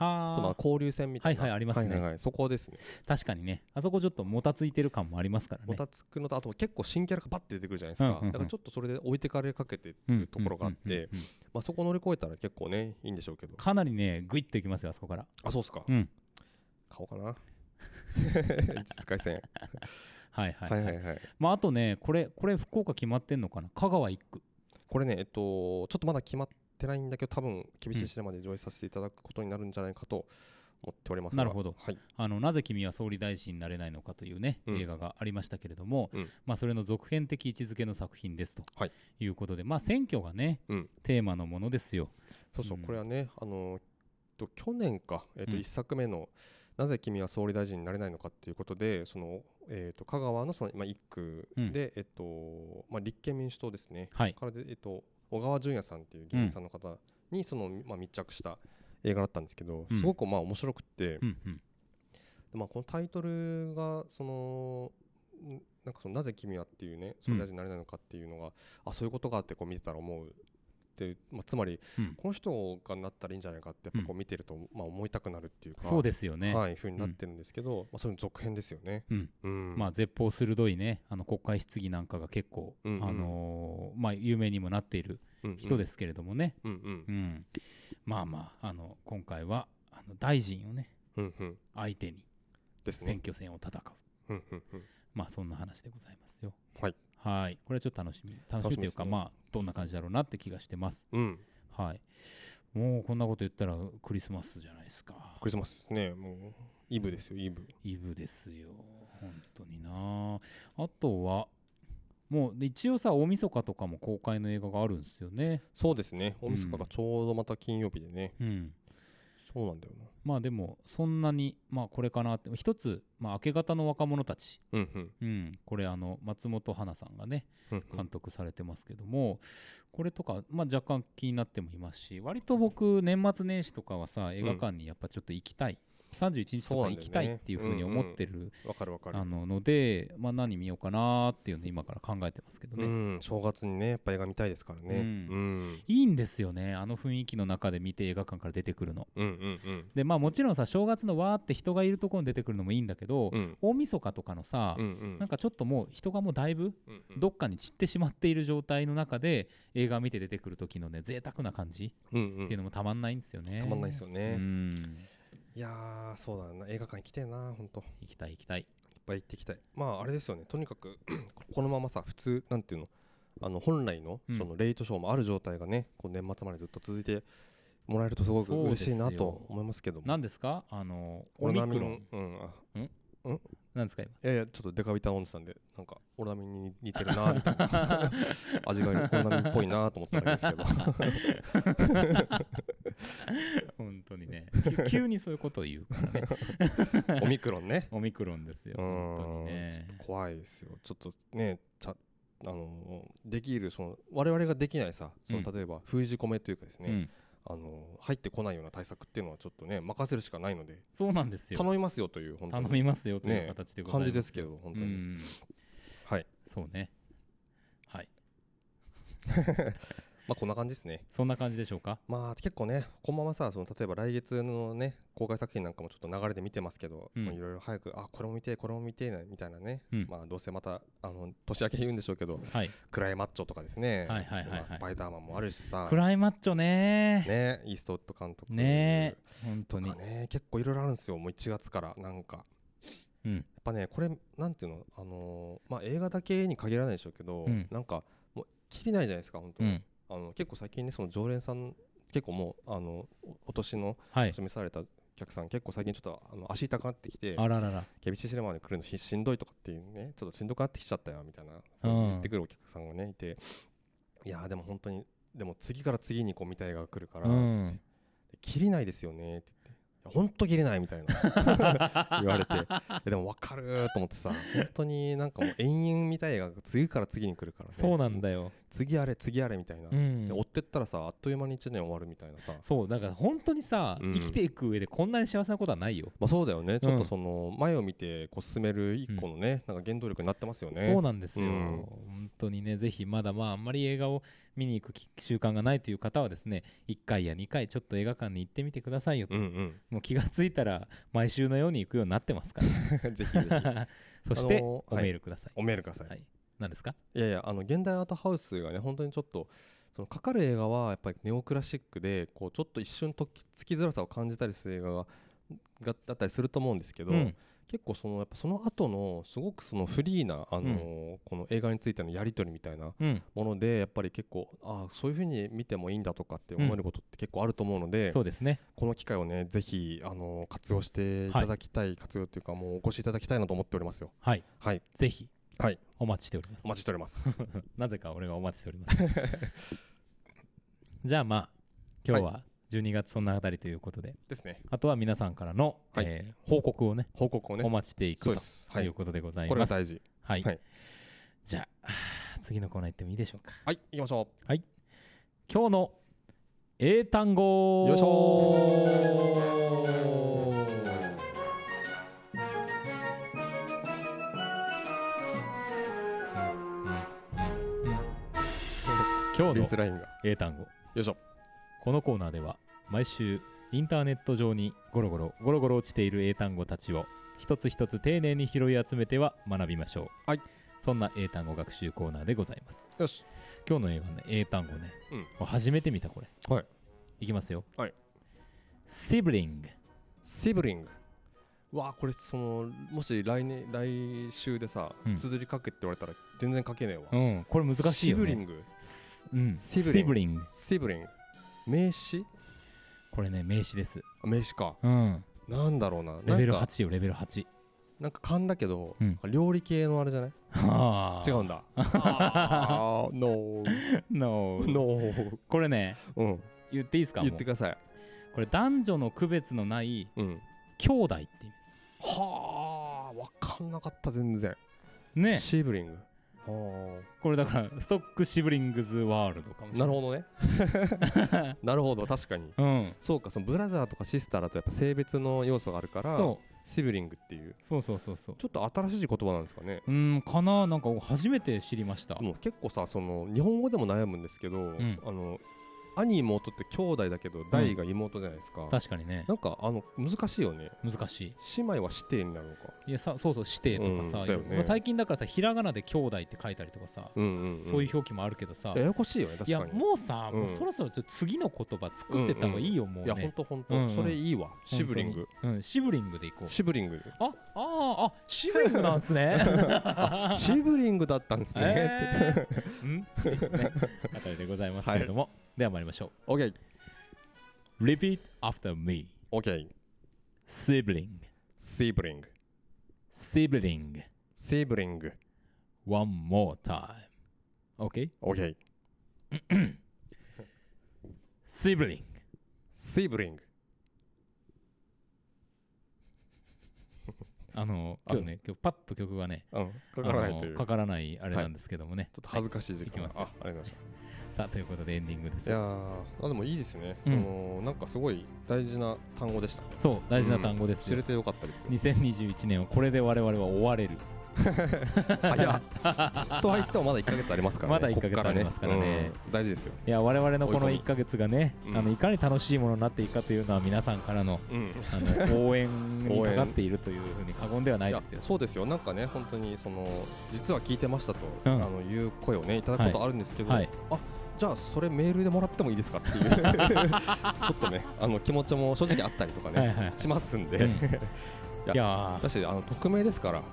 Speaker 1: はあ
Speaker 2: 交流戦みたいな
Speaker 1: はいはいありますね
Speaker 2: はいはいはいそこですね
Speaker 1: 確かにねあそこちょっともたついてる感もありますから
Speaker 2: も
Speaker 1: ね
Speaker 2: たつくのとあと結構新キャラがバッて出てくるじゃないですか、
Speaker 1: うんうんうん
Speaker 2: だからちょっとそれで置いてかれかけて
Speaker 1: うん
Speaker 2: るところがあって、
Speaker 1: うんうんうんうん
Speaker 2: まあ、そこ乗り越えたら結構ねいいんでしょうけど
Speaker 1: かなりねグイッといきますよあそこから
Speaker 2: あそうっすか、
Speaker 1: うん
Speaker 2: 買おうか な実回線
Speaker 1: はいはい、
Speaker 2: はいはいはい
Speaker 1: まああとねこれこれ福岡決まってんのかな香川一区
Speaker 2: これねえっとちょっとまだ決まってないんだけど多分厳しいシネマで上映させていただくことになるんじゃないかと思っておりますが
Speaker 1: なるほど
Speaker 2: はい
Speaker 1: あのなぜ君は総理大臣になれないのかというね、
Speaker 2: うん
Speaker 1: 映画がありましたけれども、
Speaker 2: うん
Speaker 1: まあ、それの続編的位置づけの作品ですと
Speaker 2: はい
Speaker 1: いうことで、まあ、選挙がね、
Speaker 2: うん
Speaker 1: テーマのものですよ。
Speaker 2: そうそう
Speaker 1: うん
Speaker 2: これはねあのと去年かえっと
Speaker 1: うん
Speaker 2: 1作目のなぜ君は総理大臣になれないのかということでそのえっと香川のそのまあ一区
Speaker 1: うん
Speaker 2: でえっとまあ立憲民主党ですね
Speaker 1: はい
Speaker 2: からで、えっと、小川淳也さんっていう議員さんの方にその、まあ、密着した映画だったんですけど、
Speaker 1: うん
Speaker 2: すごくまあ面白くって、
Speaker 1: うんうん
Speaker 2: まあ、このタイトルがそのんなんかそのなぜ君はっていうね総理大臣になれないのかっていうのが、あそういうことがあってこう見てたら思うって、まあ、つまり、
Speaker 1: うん
Speaker 2: この人がなったらいいんじゃないかってやっぱこう見てると、まあ、思いたくなるっていうか
Speaker 1: そうですよね、
Speaker 2: はい、ふうになってるんですけど、まあ、それの続編ですよね。
Speaker 1: うん
Speaker 2: うん
Speaker 1: まあ、絶望鋭いねあの国会質疑なんかが結構、
Speaker 2: うんうん。
Speaker 1: あのーまあ、有名にもなっている人ですすけれどもね、
Speaker 2: うんうん
Speaker 1: うんまあまああの今回はあの大臣をね
Speaker 2: うんうん
Speaker 1: 相手に
Speaker 2: です
Speaker 1: 選
Speaker 2: ね。
Speaker 1: 挙戦を戦う。
Speaker 2: うんうんうん
Speaker 1: まあそんな話でございますよ。
Speaker 2: はい。
Speaker 1: はい。これはちょっと楽しみ。楽しみというか、
Speaker 2: 楽しみですね
Speaker 1: まあどんな感じだろうなって気がしてます。
Speaker 2: うん
Speaker 1: はい。もうこんなこと言ったらクリスマスじゃないですか。
Speaker 2: クリスマスですねもうイブですよイブ
Speaker 1: イブですよ。本当にな。あとは、もうで一応さ、大晦日とかも公開の映画があるんですよね。
Speaker 2: そうですね
Speaker 1: ん
Speaker 2: 大晦日がちょうどまた金曜日でね、
Speaker 1: うん。
Speaker 2: そうなんだよ
Speaker 1: まあでも、そんなに、まあこれかなって。一つ、まあ明け方の若者たち。
Speaker 2: なうんうん
Speaker 1: うん。これあの、松本花さんがね、
Speaker 2: うんうん
Speaker 1: 監督されてますけども、これとか、まあ、若干気になってもいますし割と僕年末年始とかはさ映画館にやっぱちょっと行きたい、31日とか行きたいっていうふうに思ってる、
Speaker 2: わかるわかる
Speaker 1: あのので、まあ、何見ようかなーっていうのを今から考えてますけどね、
Speaker 2: うん正月にねやっぱ映画見たいですからね
Speaker 1: う
Speaker 2: うんん
Speaker 1: いいんですよねあの雰囲気の中で見て映画館から出てくるの
Speaker 2: うんうんうん
Speaker 1: でまあもちろんさ正月のわーって人がいるところに出てくるのもいいんだけど、
Speaker 2: うん
Speaker 1: 大晦日とかのさ、
Speaker 2: うんうん
Speaker 1: なんかちょっともう人がもうだいぶ
Speaker 2: うんうん
Speaker 1: どっかに散ってしまっている状態の中で映画見て出てくる時のね贅沢な感じ
Speaker 2: うんう
Speaker 1: っていうんのもたまんないんですよね。
Speaker 2: たまんないですよね
Speaker 1: うん
Speaker 2: いやーそうだな映画館行きたいなほんといっ
Speaker 1: 行きたい行きたい。
Speaker 2: ぱい行ってきたいまああれですよねとにかく このままさ普通なんていうのあの本来の
Speaker 1: うん
Speaker 2: そのレイトショーもある状態がねこう年末までずっと続いてもらえるとすごく
Speaker 1: そうで
Speaker 2: 嬉
Speaker 1: す
Speaker 2: し
Speaker 1: よ
Speaker 2: いなと思いますけども
Speaker 1: 何ですかあのオ
Speaker 2: オ
Speaker 1: ミ
Speaker 2: ナ
Speaker 1: ク
Speaker 2: ミ
Speaker 1: ロ
Speaker 2: ン
Speaker 1: ン。
Speaker 2: うんあ
Speaker 1: なんですか今。
Speaker 2: いやいやちょっとデカビタ飲んでたんでなんかオナミンに似てるなみたい な味がオナミンっぽいなと思っただけですけど
Speaker 1: 本当にね。急 急にそういうことを言うからね。
Speaker 2: オミクロンね
Speaker 1: オミクロンですよ。
Speaker 2: う
Speaker 1: 本当に
Speaker 2: んちょっ
Speaker 1: ね
Speaker 2: と。怖いですよちょっとねちゃあのできるその我々ができないさそ
Speaker 1: うん
Speaker 2: の例えば封じ込めというかです
Speaker 1: う
Speaker 2: ね、
Speaker 1: ん、
Speaker 2: あの入ってこないような対策っていうのはちょっとね任せるしかないので
Speaker 1: そうなんですよ。
Speaker 2: 頼みますよという本当
Speaker 1: 頼
Speaker 2: に
Speaker 1: みますよという
Speaker 2: ね
Speaker 1: 形でございま
Speaker 2: 感
Speaker 1: すよ。
Speaker 2: じですけど本当に、
Speaker 1: うん
Speaker 2: はい
Speaker 1: そうね。はい。
Speaker 2: まあこんな感じですね
Speaker 1: そんな感じでしょうか。
Speaker 2: まあ結構ねこのままさその例えば来月のね公開作品なんかもちょっと流れで見てますけど、
Speaker 1: うん
Speaker 2: まあいろいろ早くあこれも見てえこれも見てえなみたいなね、
Speaker 1: うん
Speaker 2: まあどうせまたあの年明け言うんでしょうけど
Speaker 1: はい。
Speaker 2: 暗いマッチョとかですね、
Speaker 1: はいはいはいはい
Speaker 2: まあスパイダーマンもあるしさ
Speaker 1: クライマッチョね
Speaker 2: ねイーストウッド監督
Speaker 1: ー。ねえ。本当
Speaker 2: と
Speaker 1: に
Speaker 2: か。ね結構いろいろあるんですよもう1月からなんかや
Speaker 1: うん。
Speaker 2: っぱねこれなんていうのあのーまあ映画だけに限らないでしょうけど、
Speaker 1: うん
Speaker 2: なんかもうきりないじゃないですか本当
Speaker 1: う
Speaker 2: に、
Speaker 1: ん。
Speaker 2: あの結構最近ねその常連さん結構もうあのおお年の
Speaker 1: はい。
Speaker 2: 示されたお客さん結構最近ちょっとあの足痛くなってきて
Speaker 1: あららら。
Speaker 2: 厳しいシネマに来るのししんどいとかっていうねちょっとしんどくなってきちゃったよみたいな
Speaker 1: うん
Speaker 2: 言ってくるお客さんがねいていやーでも本当にでも次から次にこう見たい映画が来るから
Speaker 1: う
Speaker 2: つ
Speaker 1: ん
Speaker 2: ってで切れないですよねって言って。いやほんと切れない みたいな言われていやでも分かるーと思ってさ本当になんかもう延々見たい映画が次から次に来るからね
Speaker 1: そうなんだよ。
Speaker 2: 次あれ次あれみたいな、
Speaker 1: うん
Speaker 2: で追ってったらさあっという間に1年終わるみたいなさ
Speaker 1: そうだから本当にさ、
Speaker 2: うん
Speaker 1: 生きていく上でこんなに幸せなことはないよ、
Speaker 2: まあ、そうだよね、ちょっとその前を見てこう進める一個のね、なんか原動力になってますよね。
Speaker 1: そうなんですよ、
Speaker 2: うん
Speaker 1: 本当にねぜひまだまああんまり映画を見に行くき習慣がないという方はですね1回や2回ちょっと映画館に行ってみてくださいよと、
Speaker 2: うん
Speaker 1: もう気がついたら毎週のように行くようになってますか
Speaker 2: うん、ぜひぜひ
Speaker 1: らそして、
Speaker 2: あのー
Speaker 1: お
Speaker 2: はい
Speaker 1: メールください、
Speaker 2: おメールください。、
Speaker 1: はいい、何ですか
Speaker 2: やいや、あの現代アートハウスがね、本当にちょっと、そのかかる映画はやっぱりネオクラシックで、こうちょっと一瞬ときつきづらさを感じたりする映画が、がだったりすると思うんですけど、
Speaker 1: うん
Speaker 2: 結構そのやっぱその後のすごくそのフリーな、あのーこの映画についてのやり取りみたいな
Speaker 1: うん
Speaker 2: ものでやっぱり結構ああそういうふうに見てもいいんだとかって思えることって結構あると思うので、
Speaker 1: そうですね
Speaker 2: この機会をねぜひ、あのー活用していただきたい、活用っていうかもうお越しいただきたいなと思っておりますよ
Speaker 1: はい
Speaker 2: はい
Speaker 1: ぜひ
Speaker 2: はい
Speaker 1: お待ちしております
Speaker 2: お待ちしております
Speaker 1: なぜか俺がお待ちしております じゃあまあ今日は12月そんなあたりということで、
Speaker 2: ですね
Speaker 1: あとは皆さんからの、
Speaker 2: はい
Speaker 1: えー報告をね
Speaker 2: 報告を
Speaker 1: お
Speaker 2: ね
Speaker 1: 待ちしてい
Speaker 2: そう
Speaker 1: く
Speaker 2: で
Speaker 1: と
Speaker 2: すは
Speaker 1: いう
Speaker 2: い
Speaker 1: ことでござい
Speaker 2: これが
Speaker 1: ます、
Speaker 2: 大事
Speaker 1: はい、
Speaker 2: はい
Speaker 1: じゃあ次のコーナー行ってもいいでしょうか
Speaker 2: はい行きましょ
Speaker 1: 今日の英単語
Speaker 2: よいし
Speaker 1: 今
Speaker 2: う
Speaker 1: 日
Speaker 2: ベー
Speaker 1: の
Speaker 2: スラインが
Speaker 1: 英単語
Speaker 2: よいしょ
Speaker 1: このコーナーでは毎週インターネット上にゴロゴロゴロゴロ落ちている英単語たちを一つ一つ丁寧に拾い集めては学びましょう、
Speaker 2: はい
Speaker 1: そんな英単語学習コーナーでございます
Speaker 2: よし
Speaker 1: 今日の映画ね英単語ね、
Speaker 2: うん
Speaker 1: もう初めて見たこれ
Speaker 2: はい
Speaker 1: いきますよ
Speaker 2: はい
Speaker 1: シブリング
Speaker 2: シブリングわあこれそのもし来年来週でさ、
Speaker 1: うん
Speaker 2: 綴り書けって言われたら全然書けねえわ、
Speaker 1: うんこれ難しいよ
Speaker 2: シブリ
Speaker 1: ね
Speaker 2: ング
Speaker 1: シブリング、うん、
Speaker 2: シブリング
Speaker 1: シブリング
Speaker 2: シブリング名詞
Speaker 1: これね名詞です
Speaker 2: あ名詞か
Speaker 1: うん
Speaker 2: なんだろうな
Speaker 1: レベル
Speaker 2: なんか
Speaker 1: 8よレベル8
Speaker 2: なんか勘だけど、
Speaker 1: うん
Speaker 2: なんか料理系のあれじゃない
Speaker 1: は
Speaker 2: 違うんだ あー ノー
Speaker 1: の
Speaker 2: ノー
Speaker 1: これね
Speaker 2: うん
Speaker 1: 言っていいですか
Speaker 2: 言って
Speaker 1: も
Speaker 2: くださいう
Speaker 1: これ男女の区別のない
Speaker 2: うん
Speaker 1: 兄弟って意味です
Speaker 2: はあわかんなかった全然
Speaker 1: ね
Speaker 2: シブリングは
Speaker 1: これだからストックシブリングズワールドかもしれな
Speaker 2: あないるほ どねなるほど確かに
Speaker 1: どうん
Speaker 2: そうかそのブラザーとかシスターだとやっぱ性別の要素があるから
Speaker 1: そう
Speaker 2: シブリングっていう
Speaker 1: そうそうそうそう
Speaker 2: ちょっと新しい言葉なんですかね
Speaker 1: うんかななんか初めて知りました
Speaker 2: もう結構さその日本語でも悩むんですけど、
Speaker 1: ん
Speaker 2: あの兄妹って兄弟だけど大が妹じゃないですか、
Speaker 1: 確かにね
Speaker 2: なんかあの難しいよね
Speaker 1: 難しい
Speaker 2: 姉妹は師弟になるのか
Speaker 1: いやさそうそう指定とかさ、
Speaker 2: うんだよね
Speaker 1: まあ最近だからさひらがなで兄弟って書いたりとかさ、
Speaker 2: うんうん、
Speaker 1: そういう表記もあるけどさ
Speaker 2: ややこしいよね確
Speaker 1: いや
Speaker 2: かに
Speaker 1: もうさ、
Speaker 2: うん
Speaker 1: もうそろそろちょっと次の言葉作ってった方がいいよ、もう
Speaker 2: いやほん
Speaker 1: ね
Speaker 2: とほんと、
Speaker 1: うんうん
Speaker 2: それいいわシブリング
Speaker 1: 本当にうんシブリングでいこう
Speaker 2: シブリ ング
Speaker 1: ああーあシブリングなんす ね
Speaker 2: あシブリングだったんですね、
Speaker 1: えーうんっていうねあたりでございますけれども、では参りましょ
Speaker 2: オッケー
Speaker 1: う Repeat after me
Speaker 2: オッケー
Speaker 1: Sibling
Speaker 2: シブリング
Speaker 1: Sibling
Speaker 2: シブリング
Speaker 1: One more time OK
Speaker 2: オッケー
Speaker 1: Sibling
Speaker 2: シブリング
Speaker 1: あの今日ね今日パッと曲がね
Speaker 2: うんかからないと
Speaker 1: あ
Speaker 2: い
Speaker 1: の
Speaker 2: うちょ
Speaker 1: か
Speaker 2: っ
Speaker 1: からないあれなんですけどもね、
Speaker 2: と恥ずかしい時間
Speaker 1: いき
Speaker 2: が
Speaker 1: ます
Speaker 2: あありがとうございました
Speaker 1: さあということでエンディングです
Speaker 2: いやーあでもいいですね、
Speaker 1: うん
Speaker 2: そのなんかすごい大事な単語でしたね
Speaker 1: そう大事な単語です
Speaker 2: 知
Speaker 1: よ、
Speaker 2: れてよかったですよ
Speaker 1: 2021年をこれで我々は終われる
Speaker 2: 早っとは言ってもまだ1ヶ月ありますからね
Speaker 1: まだ1ヶ月
Speaker 2: こっ
Speaker 1: ありますからね
Speaker 2: うん大事ですよ
Speaker 1: いや我々のこの
Speaker 2: 追い込む
Speaker 1: 1ヶ月がね、
Speaker 2: うん
Speaker 1: あのいかに楽しいものになっていくかというのは皆さんからの
Speaker 2: うん
Speaker 1: あの応援に
Speaker 2: 応
Speaker 1: か
Speaker 2: 援
Speaker 1: かっているというふうに過言ではない
Speaker 2: いや
Speaker 1: ですよ。
Speaker 2: そうですよなんかね本当にその実は聞いてましたと、
Speaker 1: うん
Speaker 2: あのいう声をねいただくことあるんですけど、
Speaker 1: はい、
Speaker 2: じゃあそれメールでもらってもいいですかってい うちょっとねあの気持ちも正直あったりとかね
Speaker 1: はいはい
Speaker 2: しますんで、
Speaker 1: うん
Speaker 2: や
Speaker 1: いや
Speaker 2: だしあの匿名ですから
Speaker 1: ー、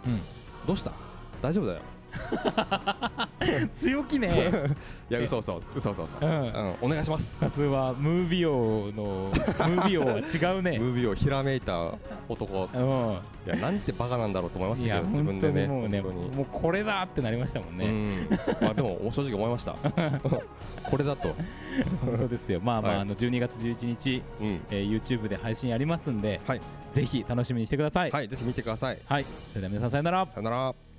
Speaker 2: どうした大丈夫だよ
Speaker 1: うん、強気ね
Speaker 2: いや
Speaker 1: え
Speaker 2: 嘘嘘嘘嘘嘘、
Speaker 1: う
Speaker 2: うんんお願いします
Speaker 1: さすはムービオのムービオは違うね
Speaker 2: ム。ービーをひらめいた男
Speaker 1: うん、
Speaker 2: いやなんてバカなんだろうと思いまし
Speaker 1: い
Speaker 2: たけ
Speaker 1: や
Speaker 2: ど自
Speaker 1: 本
Speaker 2: 分
Speaker 1: 当に
Speaker 2: でね
Speaker 1: もうね
Speaker 2: 本当に
Speaker 1: もうこれだってなりましたもんね、
Speaker 2: うんまあでもお正直思 いましたこれだと、
Speaker 1: 本当ですよまあまあ,、
Speaker 2: はい
Speaker 1: あの12月11日、
Speaker 2: うん、
Speaker 1: えー YouTube で配信やりますんで、
Speaker 2: はい
Speaker 1: ぜひ楽しみにしてください、
Speaker 2: はいぜひ見てください
Speaker 1: はい、それでは皆さんさよなら
Speaker 2: さよなら